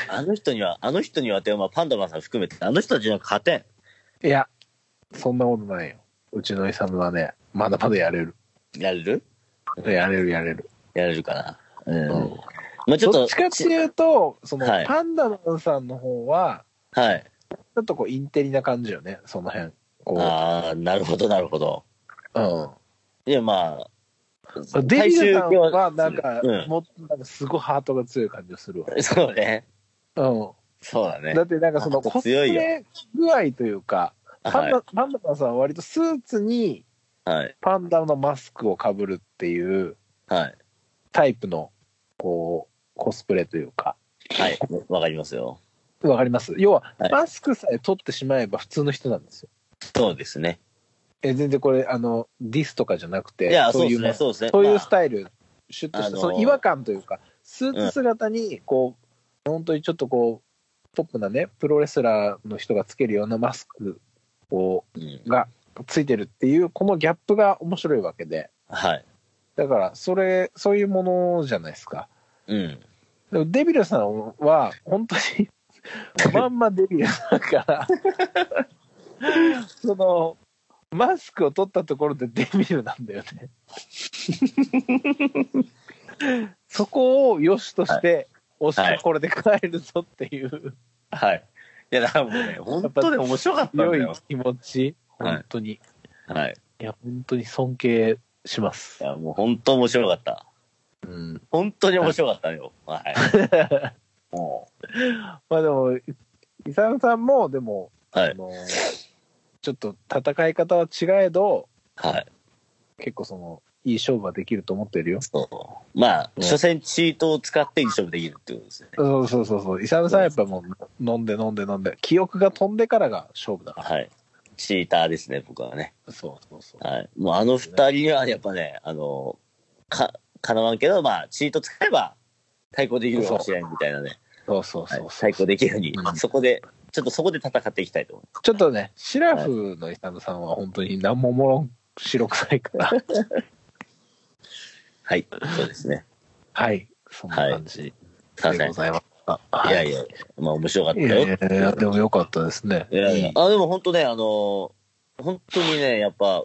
あの人には、あの人にはって、まあ、パンダマンさん含めて、あの人たちの勝てん。
いや、そんなことないよ。うちのイサムはね、まだまだやれる。
やれる
やれるやれる。
やれるかな。うん。
うん
まあ、ちょっ
ど
と
っち、かっていうと、その、
はい
パンダマンさんの方は、
はい。
ちょっとこう、インテリな感じよね、その辺。こ
ああ、なるほど、なるほど。
う。うん。
いや、まあ、
デビルさん
大衆
は、なんか、
うん
もっと、なんか、すごいハートが強い感じがするわ。
そうね。
う
そうだね
ん。だ。って、なんかその、
ハ
コ
ート
ス
強いよ
プレ具合というか、パン
は
ダ、パンダマンさんは割とスーツに、
い。はい。
パンダのマスクをかぶるっていう
はい。
タイプの、こう、コスプレというか。
はい。わかりますよ。
わかります。要は、
はい
マスクさえ取ってしまえば普通の人なんですよ。
そうですね。
え全然これ、あの、ディスとかじゃなくて、
いや、そう
い
で
う
す
ま
ね、そうですね。
そういう
まあ
スタイル、シュッとした、
あのー
その違和感というか、スーツ姿に、こう、本当にちょっとこう、ポップなね、プロレスラーの人がつけるようなマスクを
うん
がついてるっていう、このギャップが面白いわけで、
はい。
だから、それ、そういうものじゃないですか。
うん。
でもデビルさんは、本当に、まんまデビルだ から、その、マスクを取ったところでデビルなんだよね。そこを良しとして、おっしゃ、これで帰るぞっていう、
はい。いや、だからもうね、本当に面白かったんだ
良い
よ。
気持ち、
はい
本当に、い、
はい。
や、本当に尊敬しま
い
す。
や、もう本当面白かった。
うん、
本当に面白かったよ。はい。も
まあでも、伊沢さんも、でも、
う。は
あ
い。
のちょっと戦い方は違えど、
はい。
結構その、いい勝負はできると思ってるよ。
そう。まあ、
うん
所詮チートを使っていい勝負できるってことですね。
そうそうそうそう。イサムさんはやっぱもう飲んで飲んで飲んで、記憶が飛んでからが勝負だか
はい。チーターですね、僕はね。
ら。そうそうそう。
はい。もうあの二人はやっぱね、あの、か、かなわんけど、まあ、チート使えば対抗できるかもしれんみたいなね。
そうそう
は
そ
いう
そう、
対抗できるように
う、ん
そこで、ちょっとそこで戦っていきたいと思い
ちょっとね、シラフのイサムさんは本当に何もおもろん、白くないから。
ます。はい。そうですね。
はい。そんな感じ
確か
でご
に。
ざいました。
いやいや、まあ面白かった
いやい
よ。
やいや、でもよかったですね。
いやいや
い
あ、でも本当ね、あのー本当にね、やっぱ、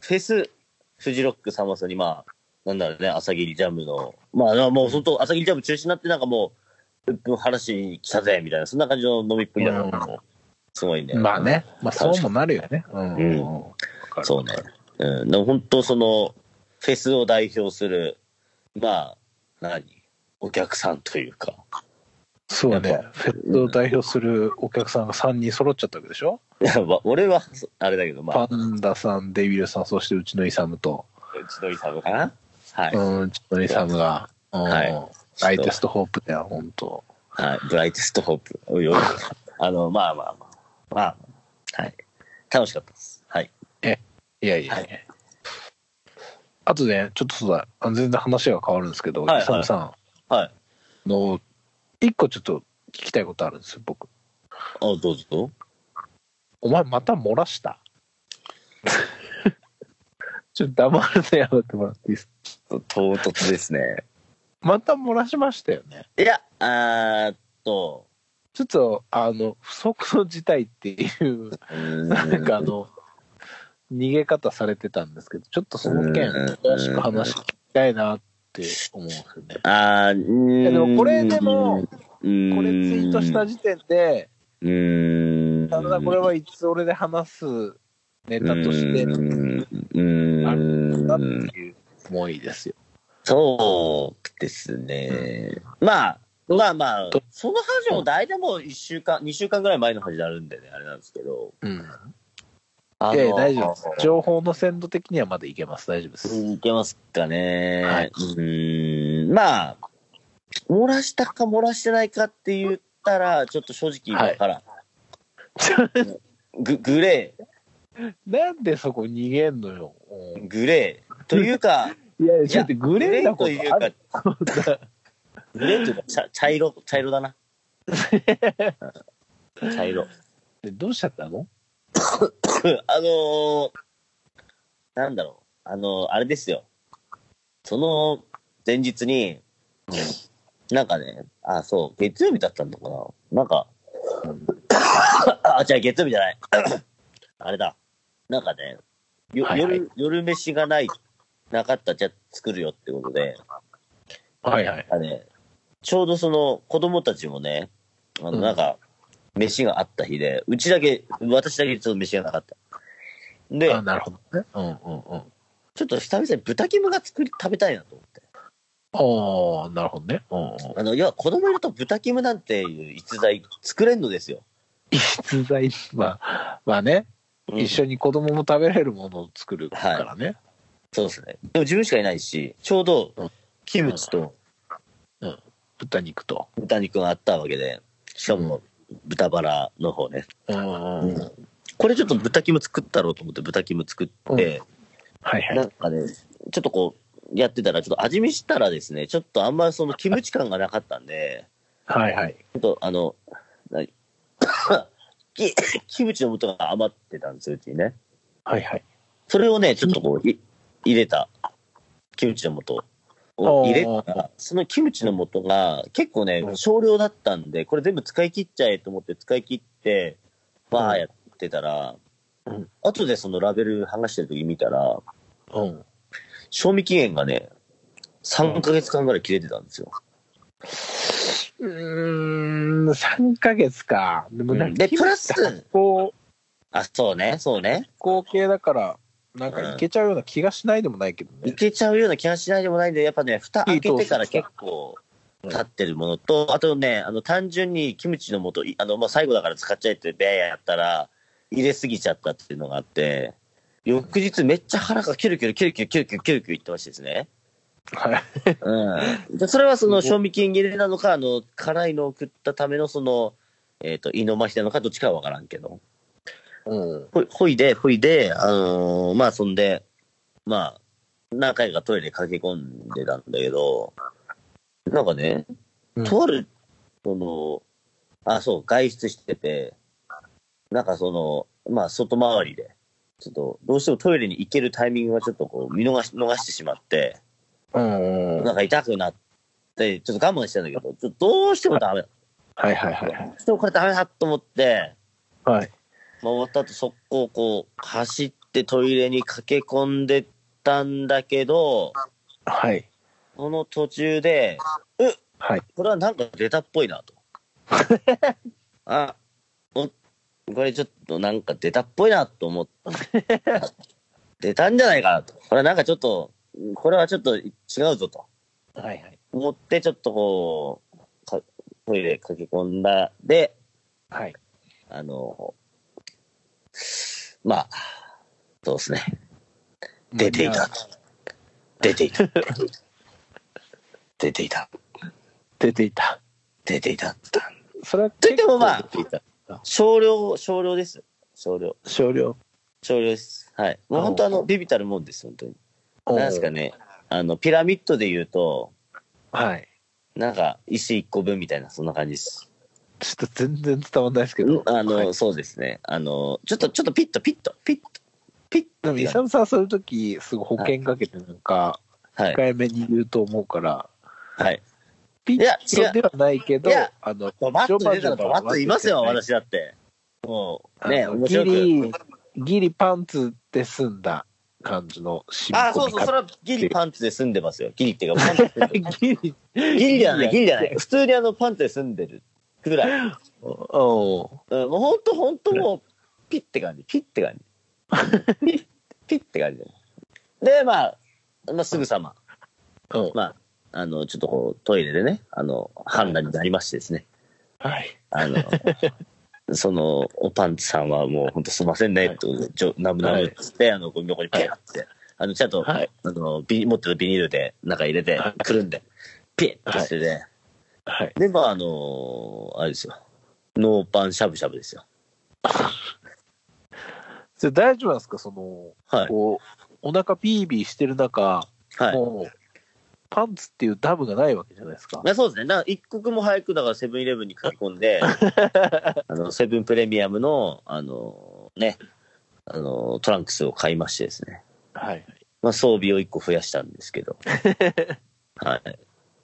フェス、フジロックさんまさに、まあ、なんだろうね、朝霧ジャムの、まあまあ、もう本当、朝霧ジャム中止になって、なんかもう、うっぷん話に来たぜ、みたいな、そんな感じの飲みっぷりだから、
う
すごいね。
まあ。ね、まあそうもなるよね。うん。
うん
わかる
そうね。うん、でも本当、その、フェスを代表する、まあ、何お客さんというか、
そう
や
ね
っぱ。
フェットを代表するお客さんが3人揃っちゃったわけでしょ
いやわ俺は、そあれだけど、まあ、
パンダさん、デビルさん、そしてうちのイサムと、
うちのイサブかな。はい。
うん、うちのイサムが、うん
はい
ライテストホープだよ、本当。
はい、ブライテストホープ。おいおいあの、まあまあまあ。まあ、はい。楽しかったです。はい。
いやいやいや。
は
あとね、ちょっとそうだ、あの全然話が変わるんですけど、
はいはい
イサムさ
はい。
んの、一個ちょっと聞きたいことあるんですよ、僕。
あ、どうぞ。
お前また漏らした ちょっと黙るのやめてもらっていいですか
唐突ですね。
また漏らしましたよね。
いや、あーっと、
ちょっと、あの、不測の事態っていう
うーん
なんかあの、逃げ方されてたんですけど、ちょっとその件、
うん
詳しく話聞きたいなって思うんですよね。
あーうーん
でもこれでも
うーん
これツイートした時点で、
うーん。
あただこれはいつ俺で話すネタとして
うーんう
あるんだっ
ーん
ていう思いですよ。
そうですね。まあ、まあまあ
と、
その話も大体もう1週間、2週間ぐらい前の話になるんでね、あれなんですけど。
うん。
あの
ええ、大丈夫です。情報の鮮度的にはまだいけます。大丈夫です。
いけますかね。
はいう
ーん。まあ、漏らしたか漏らしてないかって言ったら、ちょっと正直わからん。ググレ
なんでそこ逃げんのよ。う
ー、
ん
グレー。というか、
いや、ちょっとグ
グ
レーなことと
いう
あ
か
る、
グレーというか、茶茶色、茶色 だな。うん茶色。
ってどうしちゃったの
あのー、なんだろう。あのー、あれですよ。その前日に、なんかね、あ、そう、月曜日だったのかな。なんか、 あ、違う、月曜日じゃない。 あれだ。なんかね、よ
はいはい
夜、夜飯がない、なかった、じゃあ作るよってことで、
はいはい。
あね、ちょうどその子供たちもね、あの、
うん
なんか、飯があった日で、うちだけ、私だけちょっと飯がなかった。で、
あなるほどね。うんうんうん。
ちょっと久々に豚キムが作り食べたいなと思って。
おー、なるほどね。うんうん。
あの、要は子供いると豚キムなんていう逸材作れんのですよ。
逸材、まあ、まあね、
うん
一緒に子供も食べれるものを作るからね。
そうですね。でも自分しかいないし、ちょうど
うん
キムチと
豚肉と。
豚肉があったわけで、しかも豚バラの方ね。
うんうんうん。はい
これちょっと豚キム作ったろうと思って豚キム作って、
はい。
なんかね、ちょっとこう、やってたら、ちょっと味見したらですね、ちょっとあんまりそのキムチ感がなかったんで、
はいはい。
ちょっとあの、な キキムチの素が余ってたんですよ、うちにね。
はいはい。
それをね、ちょっとこう、い入れた、キムチの素を入れ
お
た
ー
ら、そのキムチの素が結構ね
う、ん
少量だったんで、これ全部使い切っちゃえと思って使い切って、バーやってたら
うん、
後でそのラベル剥がしてる時見たら、
うん。
賞味期限がね、3ヶ月間ぐらい切れてたんですよ。
うーん、3ヶ月か。でもなんか、
でプラス
発酵、
あ、そうね、そうね。
発酵系だから、なんかいけちゃうような気がしないでもないけど
い
ね。
けちゃうような気がしないでもないんで、やっぱね、蓋開けてから結構経ってるものと、あとね、あの、単純にキムチの素、いあの、まあ、最後だから使っちゃえって、べーやったら、入れすぎちゃったっていうのがあって、翌日めっちゃ腹がキュルキュルキュルキュルキュルキュルキュルキュルいってましてですね。
はい。
うん。で、それはその賞味期限切れなのか、あの、辛いのを食ったためのその、えっ、と、胃の麻痺なのか、どっちかはわからんけど。
うん。
ほいほいで、ほいで、あのーまあ、そんで、まあ、何回かトイレ駆け込んでたんだけど、なんかね、
うん
とある、その、あ、そう、外出してて、なんかその、まあ、外回りで、ちょっと、どうしてもトイレに行けるタイミングがちょっとこう、見逃し、逃してしまって、
うん。
なんか痛くなって、ちょっと我慢してたんだけど、ちょっとどうしてもダメだ。
はいはいはい。
どうしてもこれダメだと思って、
はい。
まあ、終わった後速攻こう走ってトイレに駆け込んでったんだけど
はい。
その途中でうっ
はい
これはなんか出たっぽいなとあおこれちょっとなんか出たっぽいなと思って出たんじゃないかなとこれはなんかちょっとこれはちょっと違うぞと
はいはい。
思ってちょっとこうかトイレ駆け込んだで
はい。
あの、まあ、そうですね。出ていた。出ていた。出ていた。
出ていた。
出ていた。
それは
といってもまあ
結構出ていた
少量、少量です。少量。
少量。
少量です。はい。もう本当あの、ビビたるもんです、本当に。なんですか
ね。
ね。あの、ピラミッドで言うと、
はい。
なんか、石1個分みたいな、そんな感じです。
ちょっと全然伝わんないですけ
うん
ど。
あ
はい
の、そうですね。あの、ちょっと、ちょっとピッと、ピッと、ピッと、ピッ
でも、イサ
と。
ムさんはそういう時、すごい保険かけて、なんか、
はい。
控えめに言うと思うから、
はい。
ピ
いや
ッチではないけど
いや、
あの、
バッと出たら
ジョバ
バ
ジョ
ッといます
バ
よ、
ッと
私だって。もう、
あ
ね、
の
面
ギ
白く。
リ、ギリパンツで済んだ感じの締
あ
め
ー、そう
込み
そう、そ
方。
れはギリパンツで済んでますよ。ギリっていうか、パンツで済んでる
ギリ、
ギリじゃない、
ギ
ギ
リ
リじゃない。普通にあの、パンツで済んでる。ぐらい。
おう
うん、もう本当本当もう、ピッて感じ。ピッて感じ。ピッ、ピッて感じだね。で、まあ、まあ、すぐさま、
おう
まあ、あの、ちょっとこう、トイレでね、あの、判断になりましてですね。
はい。
あの、その、おパンツさんはもう本当すいませんね、ってことで、ちょ、ナムナムっつって、あの、こう横にピャって、あの、ちゃんと、
はい。
あの、ビ持ってるビニールで中入れて
はい、
くるんで、ピッてしてね、
はい。
で、まあ、あの、あれですよ。ノーパンしゃぶしゃぶですよ。
それ大丈夫なんですかその、
はい。
こう、お腹ビービーしてる中、
はい。
もう、パンツっていうダブがないわけじゃないですか。
まあ、そうですね。だから一刻も早く、だからセブンイレブンに駆け込んで、あの、セブンプレミアムの、あの、ね、あの、トランクスを買いましてですね。
はい。
まあ、装備を1個増やしたんですけど、はい、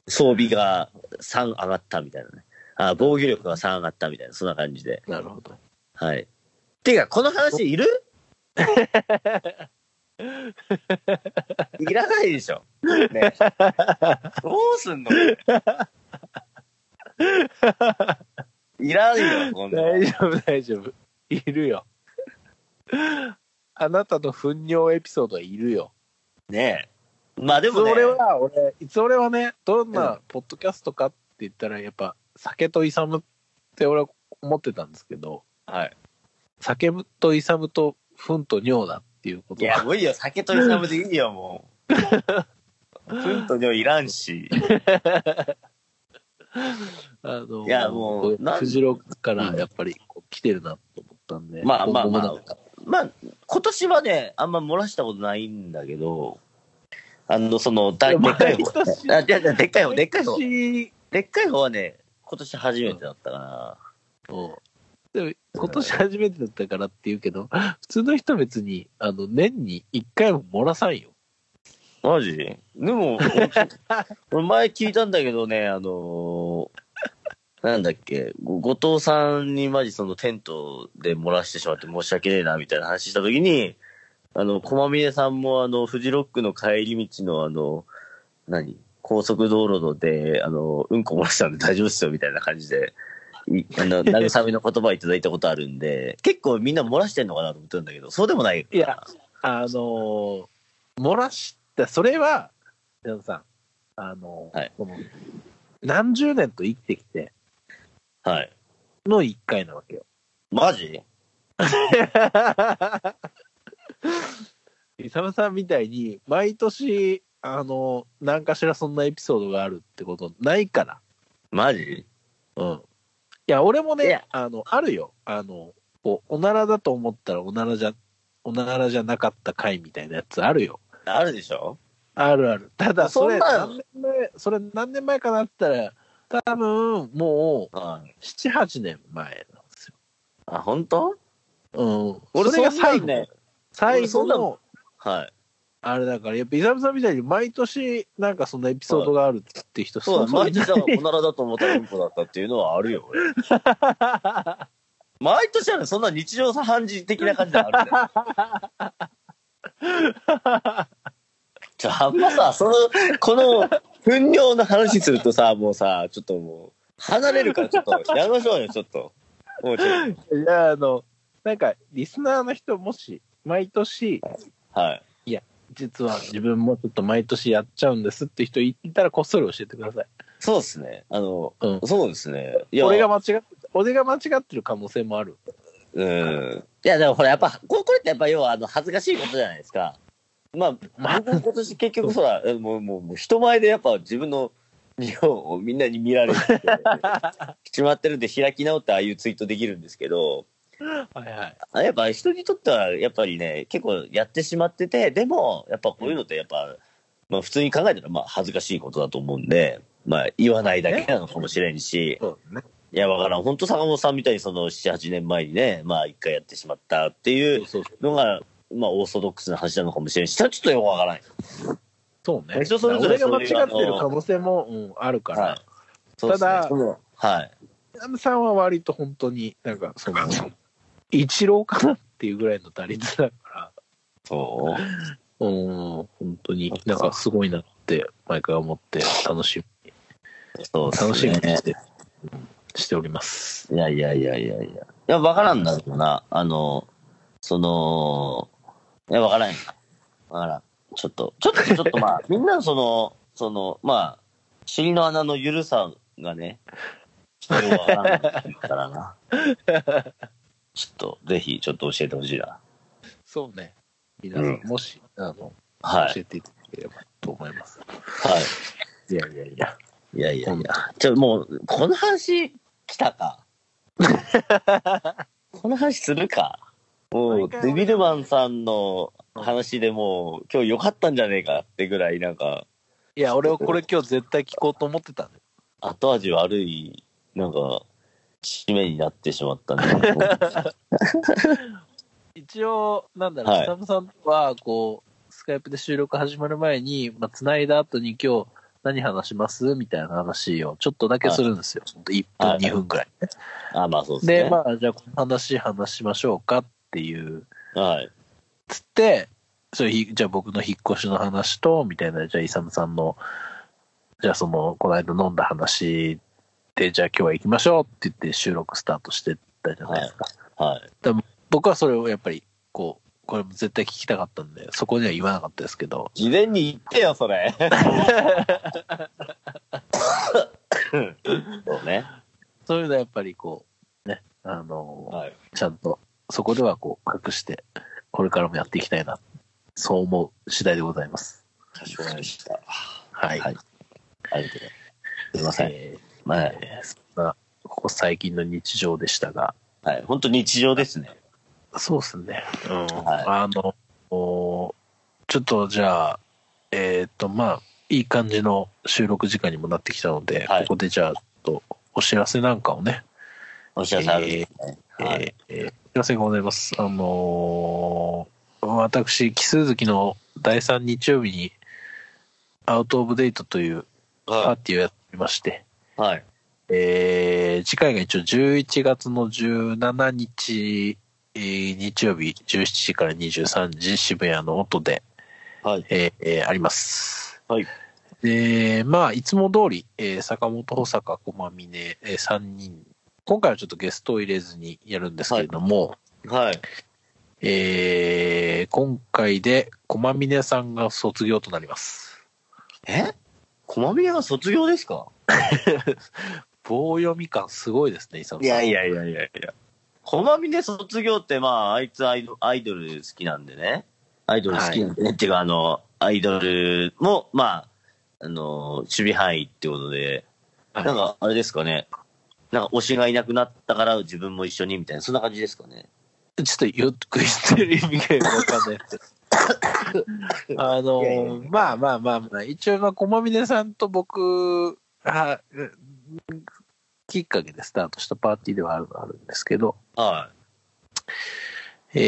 装備が3上がったみたいなね、あ防御力が3上がったみたいな、そんな感じで。
なるほど。
はい、っていうか、この話いるいらないでしょ。ね、どうすんのいらないよ、こんなの
大丈夫、大丈夫。いるよ。 あなたの糞尿エピソードはいるよ。
ねえまあで
いつ
もね、
俺は、俺、いつ俺はね、どんなポッドキャストかって言ったら、やっぱ、酒とイサムって俺は思ってたんですけど、
はい、
酒とイサムと糞と尿だっていうこ
い
と
や、
は
もういいよ、酒とイサムでいいよ、もう。ふんとにょいらんし。
あの、
いやもう
こ
なん
フジロックからやっぱりこう来てるなと思ったんで、
まあまあ
今後も
まあ
なんか
まあ、今年はね、あんま漏らしたことないんだけど、あの、その、だ
い
で
や
っかい方、
毎年
ね。あ、いやいやでっかい方、でっかい方。
私
でっかい方はね、今年初めてだったかな。
もでも今年初めてだったからって言うけど、普通の人別に、あの、年に1回も漏らさんよ。
マジで も、俺俺前聞いたんだけどね、あのーなんだっけ、ご後藤さんにマジそのテントで漏らしてしまって申し訳ねえな、みたいな話したときに、あの、駒峰さんもあの、フジロックの帰り道のあの、何高速道路ので、あの、うんこ漏らしたんで大丈夫っすよ、みたいな感じで、いあの、慰めの言葉いただいたことあるんで、結構みんな漏らしてんのかなと思ってたんだけど、そうでもない。
いや、あのー漏らした、それは、皆さん、あのー
はい
この何十年と生きてきて
はい。
の1回なわ けよ。
マジ
イサムさんみたいに、毎年、あのー何かしらそんなエピソードがあるってことないから。
マジ
うん。いや、俺も
い
ね
や、
あの、あるよ。あの、こう、おならだと思ったら、おならじゃ、おならじゃなかった回みたいなやつあるよ。
あるでしょ
あるある。ただ、それ、
そんな
何年前、それ何年前かなって言ったら、多分、もう、
はい。
7、8年前なんです
あ、本当
よ。うん。それが最後、
ね。
最
俺そ
後
んな
の、
はい。
あれだから、やっぱ、イサムさんみたいに、毎年、なんかそんなエピソードがあるって人、
そう だ、
そう
毎年だ、おならだと思ったらうんこだったっていうのはあるよ、俺。毎年あるそんな日常茶飯事的な感じであるん だよ。ちょ、あんまさ、その、この、糞尿の話するとさ、もうさ、ちょっともう、離れるからちょっと、やめましょうよ、ちょっと。もうちょっ
いや、あの、なんか、リスナーの人、もし、毎年、
と。はい。
実は自分もちょっと毎年やっちゃうんですって人いたらこっそり教えてください。
そうですね。あの、
うん
そうですね。い
俺が間違って、俺が間違ってる可能性もある。
うんいや、でもほら、やっぱ、ここれってやっぱ、要は、あの、恥ずかしいことじゃないですか。まあ、
まあ
僕も今年結局、そら、えもう、もう、もう人前でやっぱ自分の日本をみんなに見られてしまってるんで、開き直ってああいうツイートできるんですけど、
はいはい。
あやっぱ人にとっては、やっぱりね、結構やってしまってて、でも、やっぱこういうのって、やっぱ、まあ、普通に考えたら、まあ、恥ずかしいことだと思うんで、まあ、言わないだけなのかもしれんし、
そうね。
いや、わからん。本当坂本さんみたいに、その、7、8年前にね、まあ、一回やってしまったってい
そううそう
のが、まあ、オーソドックスな話なのかもしれんし、ちょっとよくわからない。
そうね。
人それぞれ
俺が間
そう
違っ
いう
てる可能性も、うん、あるから、
はい
ただ
そうですねはい。
ナムさんは割と本当になんか、その、一郎かなっていうぐらいの打率だか
そ
ら、うん、本当になんかすごいなって毎回思って楽しみ、
う。そう
楽しみに
ね
し。てる。しております。
いやいやいやいやいや。いや、わからんだろうな。あの、その、いや、わからんよ。わからん。ちょっと、ちょっと、ちょっと まあ、みんなその、その、まあ、尻の穴の緩さがね、ちょっとわからんから な。ちょっと、ぜひ、ちょっと教えてほしいな。
そうね。皆さん、
う
もし、あの、
はい。
教えていただければと思います。
は
い
い。
やいやいや。
いやいやいや。ちょ、もう、この話、来たか。この話するか。もう、
毎回
デビルマンさんの話でもう、今日良かったんじゃねえかってぐらい、なんか、
いや、俺はこれ今日絶対聞こうと思ってたんで。
後味悪い、なんか、締めになってしまったんで。
一応、なんだろう、
はい
スタムさんは、こう、スカイプで収録始まる前に、まあ、繋いだ後に今日、何話しますみたいな話をちょっとだけするんですよ。ほんと1分、
はい
2分くらい。
あ、まあそうですね。
で、まあ、じゃあこの話話しましょうかっていう、
はい。
つって、そうひじゃあ僕の引っ越しの話と、みたいな、じゃあイサムさんの、じゃあその、この間飲んだ話で、じゃあ今日は行きましょうって言って収録スタートしてったじゃないですか。
はい。
僕はそれをやっぱり、こう、これも絶対聞きたかったんで、そこには言わなかったですけど、
事前に言ってよ、それ。そうね。
そういうのはやっぱりこう、ね、あの、
はい。
ちゃんと、そこではこう隠して、これからもやっていきたいな、そう思う次第でございます。
かしこまりました。
はい。
はいありがとうございます。すいません。
え
はい。
ーそんな、ここ最近の日常でしたが、
はい。本当日常ですね。
そうですね。うん。
はい
あの、おちょっとじゃあ、えっ、と、まあ、いい感じの収録時間にもなってきたので、
はい
ここでじゃあ、ちょっとお知らせなんかをね、
お知らせあるんですね。はい。
えーえーお知らせがございます。あのー私、奇数月の第3日曜日に、アウト・オブ・デートというパー
は
ティーをやっておりまして、
い。はい。
えー次回が一応11月の17日、えー日曜日17時から23時渋谷の音で、
はい。
えーえーあります。
はい。
で、まあ、いつも通り、えー坂本、保坂、駒峰、えー、3人。今回はちょっとゲストを入れずにやるんですけれども、
はい。
えー今回で駒峰さんが卒業となります。
え駒宮が卒業ですか
棒読み感すごいですね、イサムさん。や。
やいやいやいや。駒峰卒業って、まあ、あいつアイドアイドル好きなんでね。アイドル好きなんでね。っていうか、あの、アイドルも、まあ、あの、守備範囲ってことで、
はい
なんか、あれですかね。なんか、推しがいなくなったから自分も一緒にみたいな、そんな感じですかね。
ちょっとよく言ってる意味がわかんないですけどあの
いやいやいや
まあまあまあまあ、一応、まあ、駒峰さんと僕は、うんきっかけでスタートしたパーティーではあるあるんですけど、
は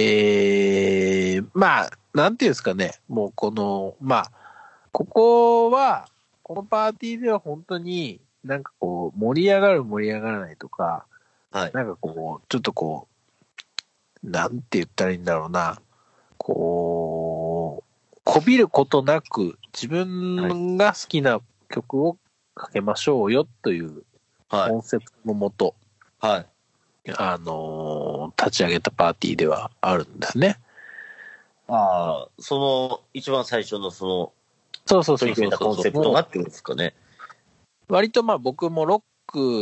えー、まあ、なんていうんですかね、もうこの、まあ、ここは、このパーティーでは本当に、なんかこう、盛り上がる盛り上がらないとか、
い。はい。
なんかこう、ちょっとこう、なんて言ったらいいんだろうな、こう、こびることなく、自分が好きな曲をかけましょうよという
はい
コ。ンセプトのもと、
はい。
あのー立ち上げたパーティーではあるんですね。
ああ、その、一番最初のその、
そうそうそ
取
う
り決
そ
め
う
たコンセプトがってことですかね。
割とまあ僕もロッ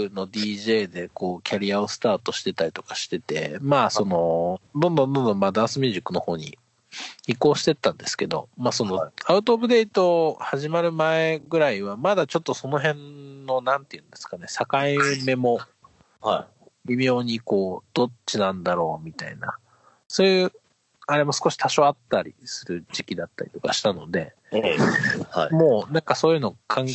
クの DJ でこうキャリアをスタートしてたりとかしてて、まあその、どんどんどんどんまあダンスミュージックの方に移行してったんですけど、まあそ
は
のアウトオブデート始まる前ぐらいはまだちょっとその辺のなんていうんですかね、境目も
は
微妙にこうどっちなんだろうみたいな、そういうあれも少し多少あったりする時期だったりとかしたので、
い。ええ。はい。
もうなんかそういうの関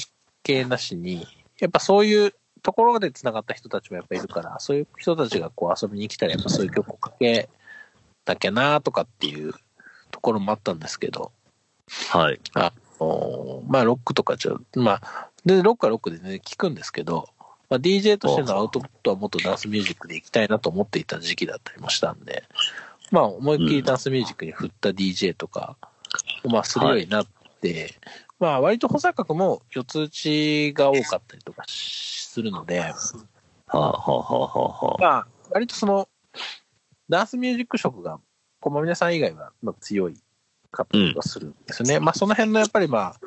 係なしに、やっぱそういうところで繋がった人たちもやっぱいるから、そういう人たちがこう遊びに来たら、やっぱそういう曲をかけなきゃなとかっていうところもあったんですけど、
はい。
おーまあロックとかじゃ、まあ、で、ロックはロックでね、聞くんですけど、まあ、DJ としてのアウトプットはもっとダンスミュージックで行きたいなと思っていた時期だったりもしたんで、まあ思いっきりダンスミュージックに振った DJ とか、まあするようになって、まあ割と保坂君も四つ打ちが多かったりとかしするので、
はあ、はあはあはあはあ、
まあ、割とその、ダンスミュージック色が、こまみなさん以外はまあ強いかったりはするんですよね。まあ、その辺のやっぱりまあ、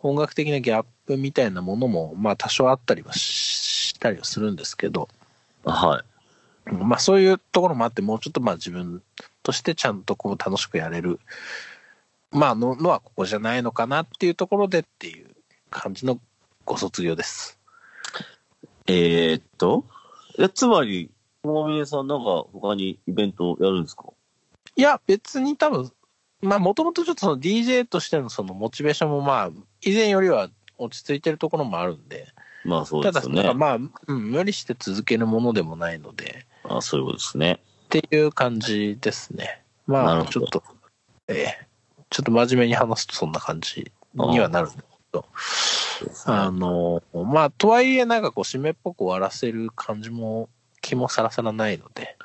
音楽的なギャップみたいなものも、まあ、多少あったりはししたりはするんですけど、
はい。
まあ、そういうところもあって、もうちょっとまあ、自分としてちゃんとこう、楽しくやれる、まあの、のはここじゃないのかなっていうところでっていう感じのご卒業です。
えー、っと、え、つまり、小峰さんなんか他にイベントやるんですか
いや、別に多分、まあ、もともとちょっとその DJ としてのそのモチベーションもまあ、以前よりは落ち着いてるところもあるんで、
まあそう
た
で
だ、
すよね。
なんかまあ、うん、無理して続けるものでもないので、
あ、そういうことですね。
っていう感じですね。
な
ま
る
あ、
ほど
ちょっと、ええちょっと真面目に話すとそんな感じにはなるんですけど、あの、まあ、とはいえなんかこう、締めっぽく終わらせる感じも、気もさらさらないので、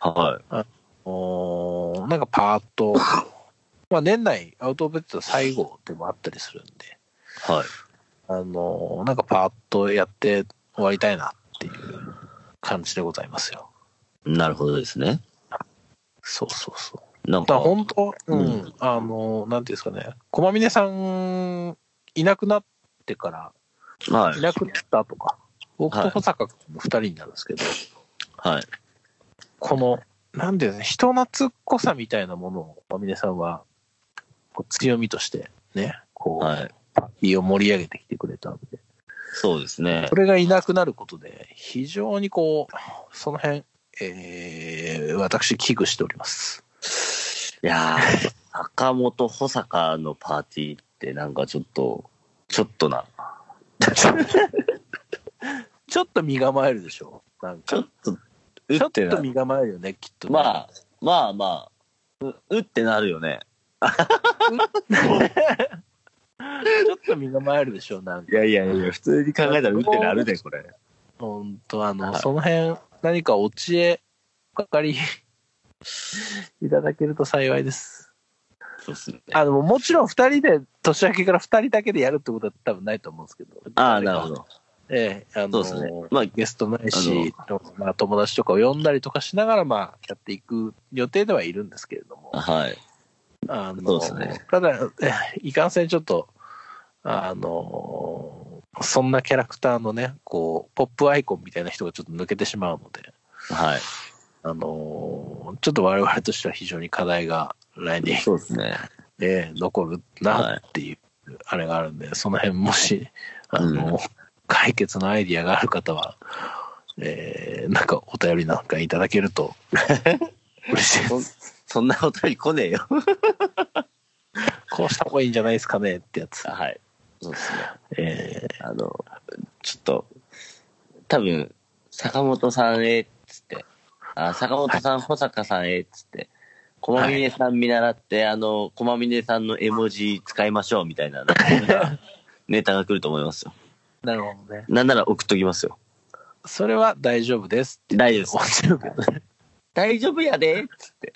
はい。
おーなんかパーッ と、まあ年内アウトオブデッド最後でもあったりするんで、
はい。
あのーなんかパーッとやって終わりたいなっていう感じでございますよ。
なるほどですね。
そうそうそう。
なん
だか、
から
本当、うん、
うん
あのーなんていうんですかね、駒峰さんいなくなってから、
はいい。
なくなったとか、僕と保坂君の二人になるんですけど、
はい。
この、なんていうんですかね、人懐っこさみたいなものを駒峰さんは、こう強みとしてね、こう、
はい。
パーティーを盛り上げてきてくれたんで、
そうですね
そ。れがいなくなることで、非常にこう、その辺、えー、私、危惧しております。
いや ー、坂本保坂のパーティーってなんかちょっと、ちょっとな。
ちょっと身構えるでしょなん
ちょ
か
っ、と、う
ちょ
っ
ってと
な。
身構えるよね、きっと、ね。
まあ、まあまあ、ううってなるよね。
ちょっと身構えるでしょなんか
い。やいやいや、普通に考えたらうってなるで、これ。
ほんと、あの、
はい
その辺、何かお知恵、おかかりいただけると幸いです。
そうっすね。
あの、もちろん二人で、年明けから二人だけでやるってことは多分ないと思うんですけど。
ああ、なるほど。
ええ、あ
そ
の
うですね。まあ、
ゲストないし、まあ、友達とかを呼んだりとかしながら、まあ、やっていく予定ではいるんですけれども、
はい。
あの
そうですね
ただ、 えいかんせんちょっと、あの、そんなキャラクターのね、こう、ポップアイコンみたいな人がちょっと抜けてしまうので、
はい。
あの、ちょっと我々としては非常に課題が来年、
そうですね。
ええ残るなっていう、あれがあるんで、その辺もし、あの、
うん
解決のアイディアがある方は、えー、なんかお便りなんかいただける と、嬉しいです。
そんなことに来ねえよ。
こうした方がいいんじゃないですかねってやつ。
はい。そうですね。
え
あの、ちょっと、多分、坂本さんへ、つって、あ、坂本さん、保坂さんへ、つって、駒峰さん見習って、あの、駒峰さんの絵文字使いましょう、みたいな、なんかネタが来ると思いますよ。
ー、なるほどね。
なんなら送っときますよ。
それは大丈夫ですって
大丈夫です
終わっちゃうけどね。
大丈夫やで、つって。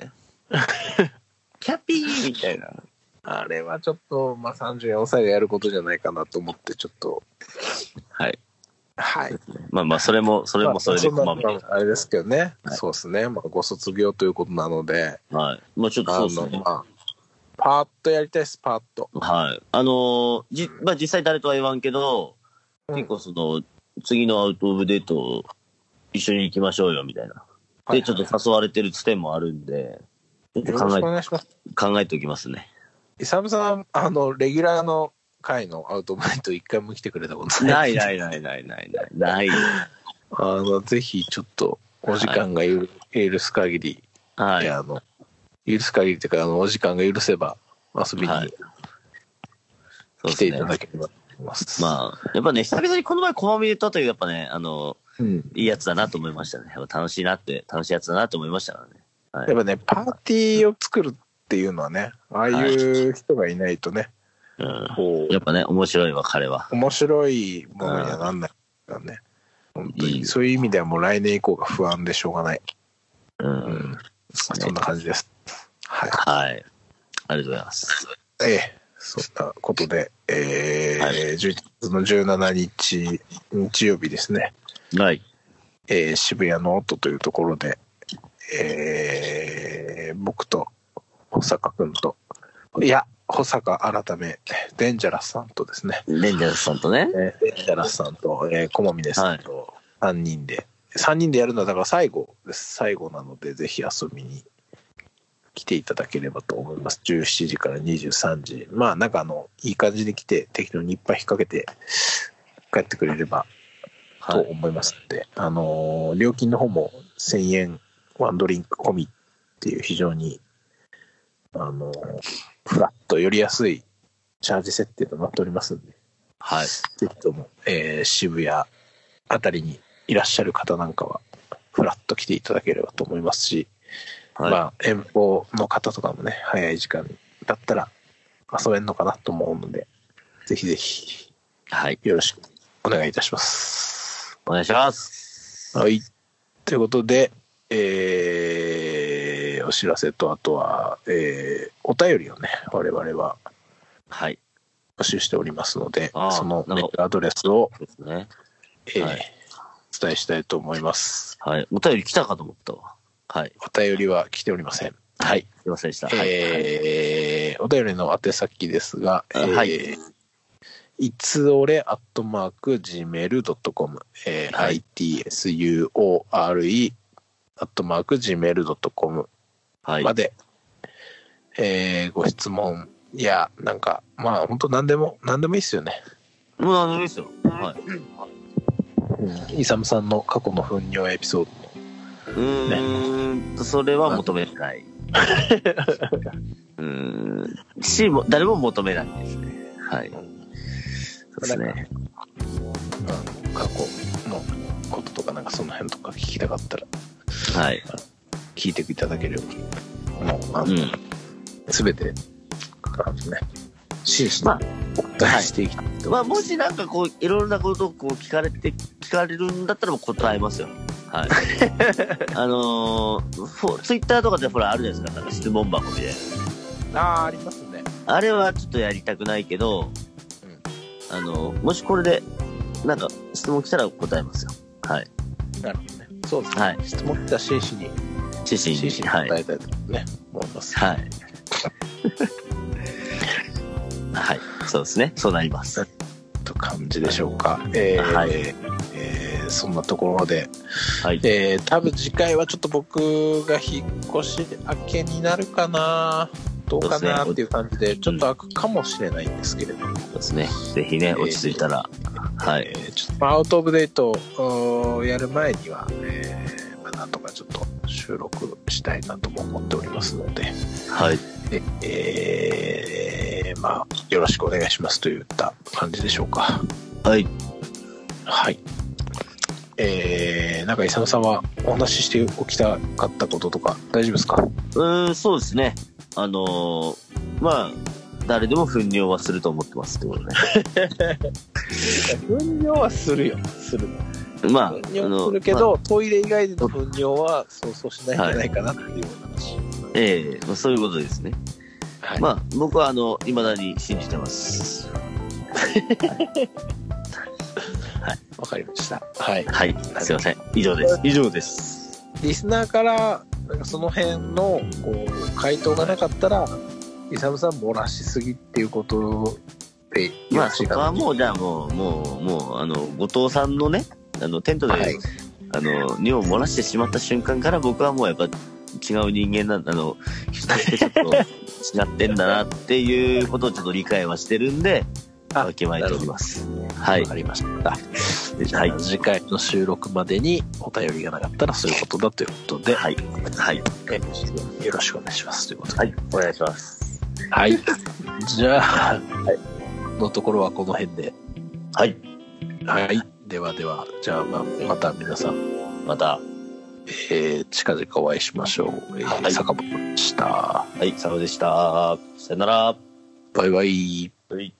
キャピーみたいな。
あれはちょっと、まあ、34歳がやることじゃないかなと思って、ちょっと、
はい。
はい。
まあまあ、それも、それもそれで
まあ
駒
そんな
峰
まああれですけどね。
はい
そうですね。まあ、ご卒業ということなので、
はい。もうちょっと
あ
そ
の
うですね。
まあ、パーッとやりたいです、パーッと。
はい。あのーじ、まあ、実際誰とは言わんけど、
うん
結構その、次のアウトオブデート、一緒に行きましょうよ、みたいな。
はい
で、ちょっと誘われてるつてもあるんで、ちょっと
よろ
考
し
え
くお、願いします。
考えておきますね。
イサムさん、あの、レギュラーの回のアウトバイト一回も来てくれたことな。
ないいないないないないない。ないよ。
あの、ぜひちょっと、お時間がゆる許す限り、
はいい。
や、あの、許す限りっていうか、あの、お時間が許せば、遊び
は
に
いそう
来
です
てい
ね
た。だければと思います。
まあ、やっぱね、久々にこの前、駒見でとったけど、やっぱね、あの、
あ、うん。
いいやつだなと思いましたね。やっぱ楽しいなって、楽しいやつだなと思いましたからね。はい
やっぱね、パーティーを作るっていうのはね、ああいう人がいないとね、
うん
こう
やっぱね、面白いわ、彼は。
面白いものにはなんないからね。本当
い
に。
い
そういう意味ではもう来年以降が不安でしょうがない。
うん。そうね
そんな感じです。はい。
はい。ありがとうございます。
ええ、そんなことで、えー
はい
11月の17日、日曜日ですね。
はい。
えー渋谷の音というところで、えー僕と保坂君と、いや、保坂改め、デンジャラスさんとですね、
レンジャーズさんとね。
えーデンジャラスさんと、えー、駒峰さんと3人で、3人でやるのはだから最後です。最後なので、ぜひ遊びに来ていただければと思います。17時から23時。まあ、なんかあの、いい感じに来て、適当にいっぱい引っ掛けて帰ってくれればと
はい。
思いますので、あのー料金の方も1000円ワンドリンク込みっていう非常に、あのーフラットより安いチャージ設定となっておりますんで、
はい。
ぜひとも、えー渋谷あたりにいらっしゃる方なんかは、フラッと来ていただければと思いますし、
はい。
まあ、遠方の方とかもね、早い時間だったら遊べるのかなと思うので、ぜひぜひ
はい。
よろしくお願いいたします。
お願いします。
はい。ということで、えーお知らせと、あとは、えーお便りをね、我々は
はい。
募集しておりますので、
あー
その
な
メ
るほど
ールアドレスを、
そうですね。
えー
はい
お伝えしたいと思います。
はい。お便り来たかと思ったわ。はい。
お便りは来ておりません。はい。。
すいませんでした。はい。
えーお便りの宛先ですが、えー。
はい
つおれアットマーク gmail.com、えー
はい
itsure アットマーク gmail.com
はい。
まで、えーご質問や、なんか、まあ、本当何でも、何でもいいですよね。
もうあの、いいですよ。はい。
イサムさんの過去の糞尿エピソー
うーんと、それは求め ない。うーん。し、も誰も求めないですね。はい。
ド
そ
の、
うですね。
うん過去のこととか、なんかその辺とか聞きたかったら、
はい。
聞いていただければ、もう、あ
う
の
ん。
すべて、あのね、真摯にお答えしていきたいと思
まあ、
いま
も
す。
しなんかこう、いろんなことをこう聞かれて、聞かれるんだったらもう答えますよ。 はい。あのーフォ、ツイッターとかでほら、あるじゃないですか、なんか質問箱みたい
ああ、ありますね。
な。あれはちょっとやりたくないけど、
うん
あのーもしこれで、なんか質問来たら答えますよ。はい。
なるほどね。そうですね。
はい。
質問来たら真摯に、
知識
真摯に
はい。
答えたいとね、思います。
はい。はい。そうですね。そうなります。
と感じでしょうか。えー
はい
えーそんなところで、
はい。
えー多分次回はちょっと僕が引っ越し明けになるかな、どうか
そうで
な
すね
っていう感じで、ちょっと開くかもしれないんですけれども、
そうですね。ぜひね、落ち着いたら。はい
え。ーちょっとアウトオブデートをやる前には、えーまあ、なんとかちょっと収録したいなとも思っておりますので、
はい。
えーまあ、よろしくお願いしますといった感じでしょうか。
はい。
はい。えー、なんか、イサムさんはお話ししておきたかったこととか、大丈夫ですか
うーん、そうですね。あのーまあ、誰でも糞尿はすると思ってますってこと ね。
分尿はするよ。する。
まあ、あ
分
の
尿するけ
まあ
ど、トイレ以外での分尿はそうそうしないんじゃないかなっていうお話。
ええまあ、そういうことですね。
はい。
まあ、僕は、あの、未だに信じてます。
わかりました。はい。
はい。すいません。以上です。以上です。
リスナーから、なんかその辺の、こう、回答がなかったら、イサムさん漏らしすぎっていうことで、
まあ、そこはもう、じ
ゃ
ゃあもう、もう、もう、あの、後藤さんのね、あの、テントで、
はい
あの、尿を漏らしてしまった瞬間から僕はもうやっぱ違う人間なんだ、あの、人としてちょっと違ってんだなっていうことをちょっと理解はしてるんで、
あ
わけまえております。はい
わ。かりました。
はい。
次回の収録までにお便りがなかったらそういうことだということで、
はい。はい。
えよろしくお願いしますということで。
はい。お願いします。
はい。 じゃあ、のところはこの辺で。
はい。
はい。ではでは、じゃあまあまた皆さん、
また、
えー近々お会いしましょう。えー
はい
坂本でした。
はい、サムでした。さよなら。
バイバイ。
はい。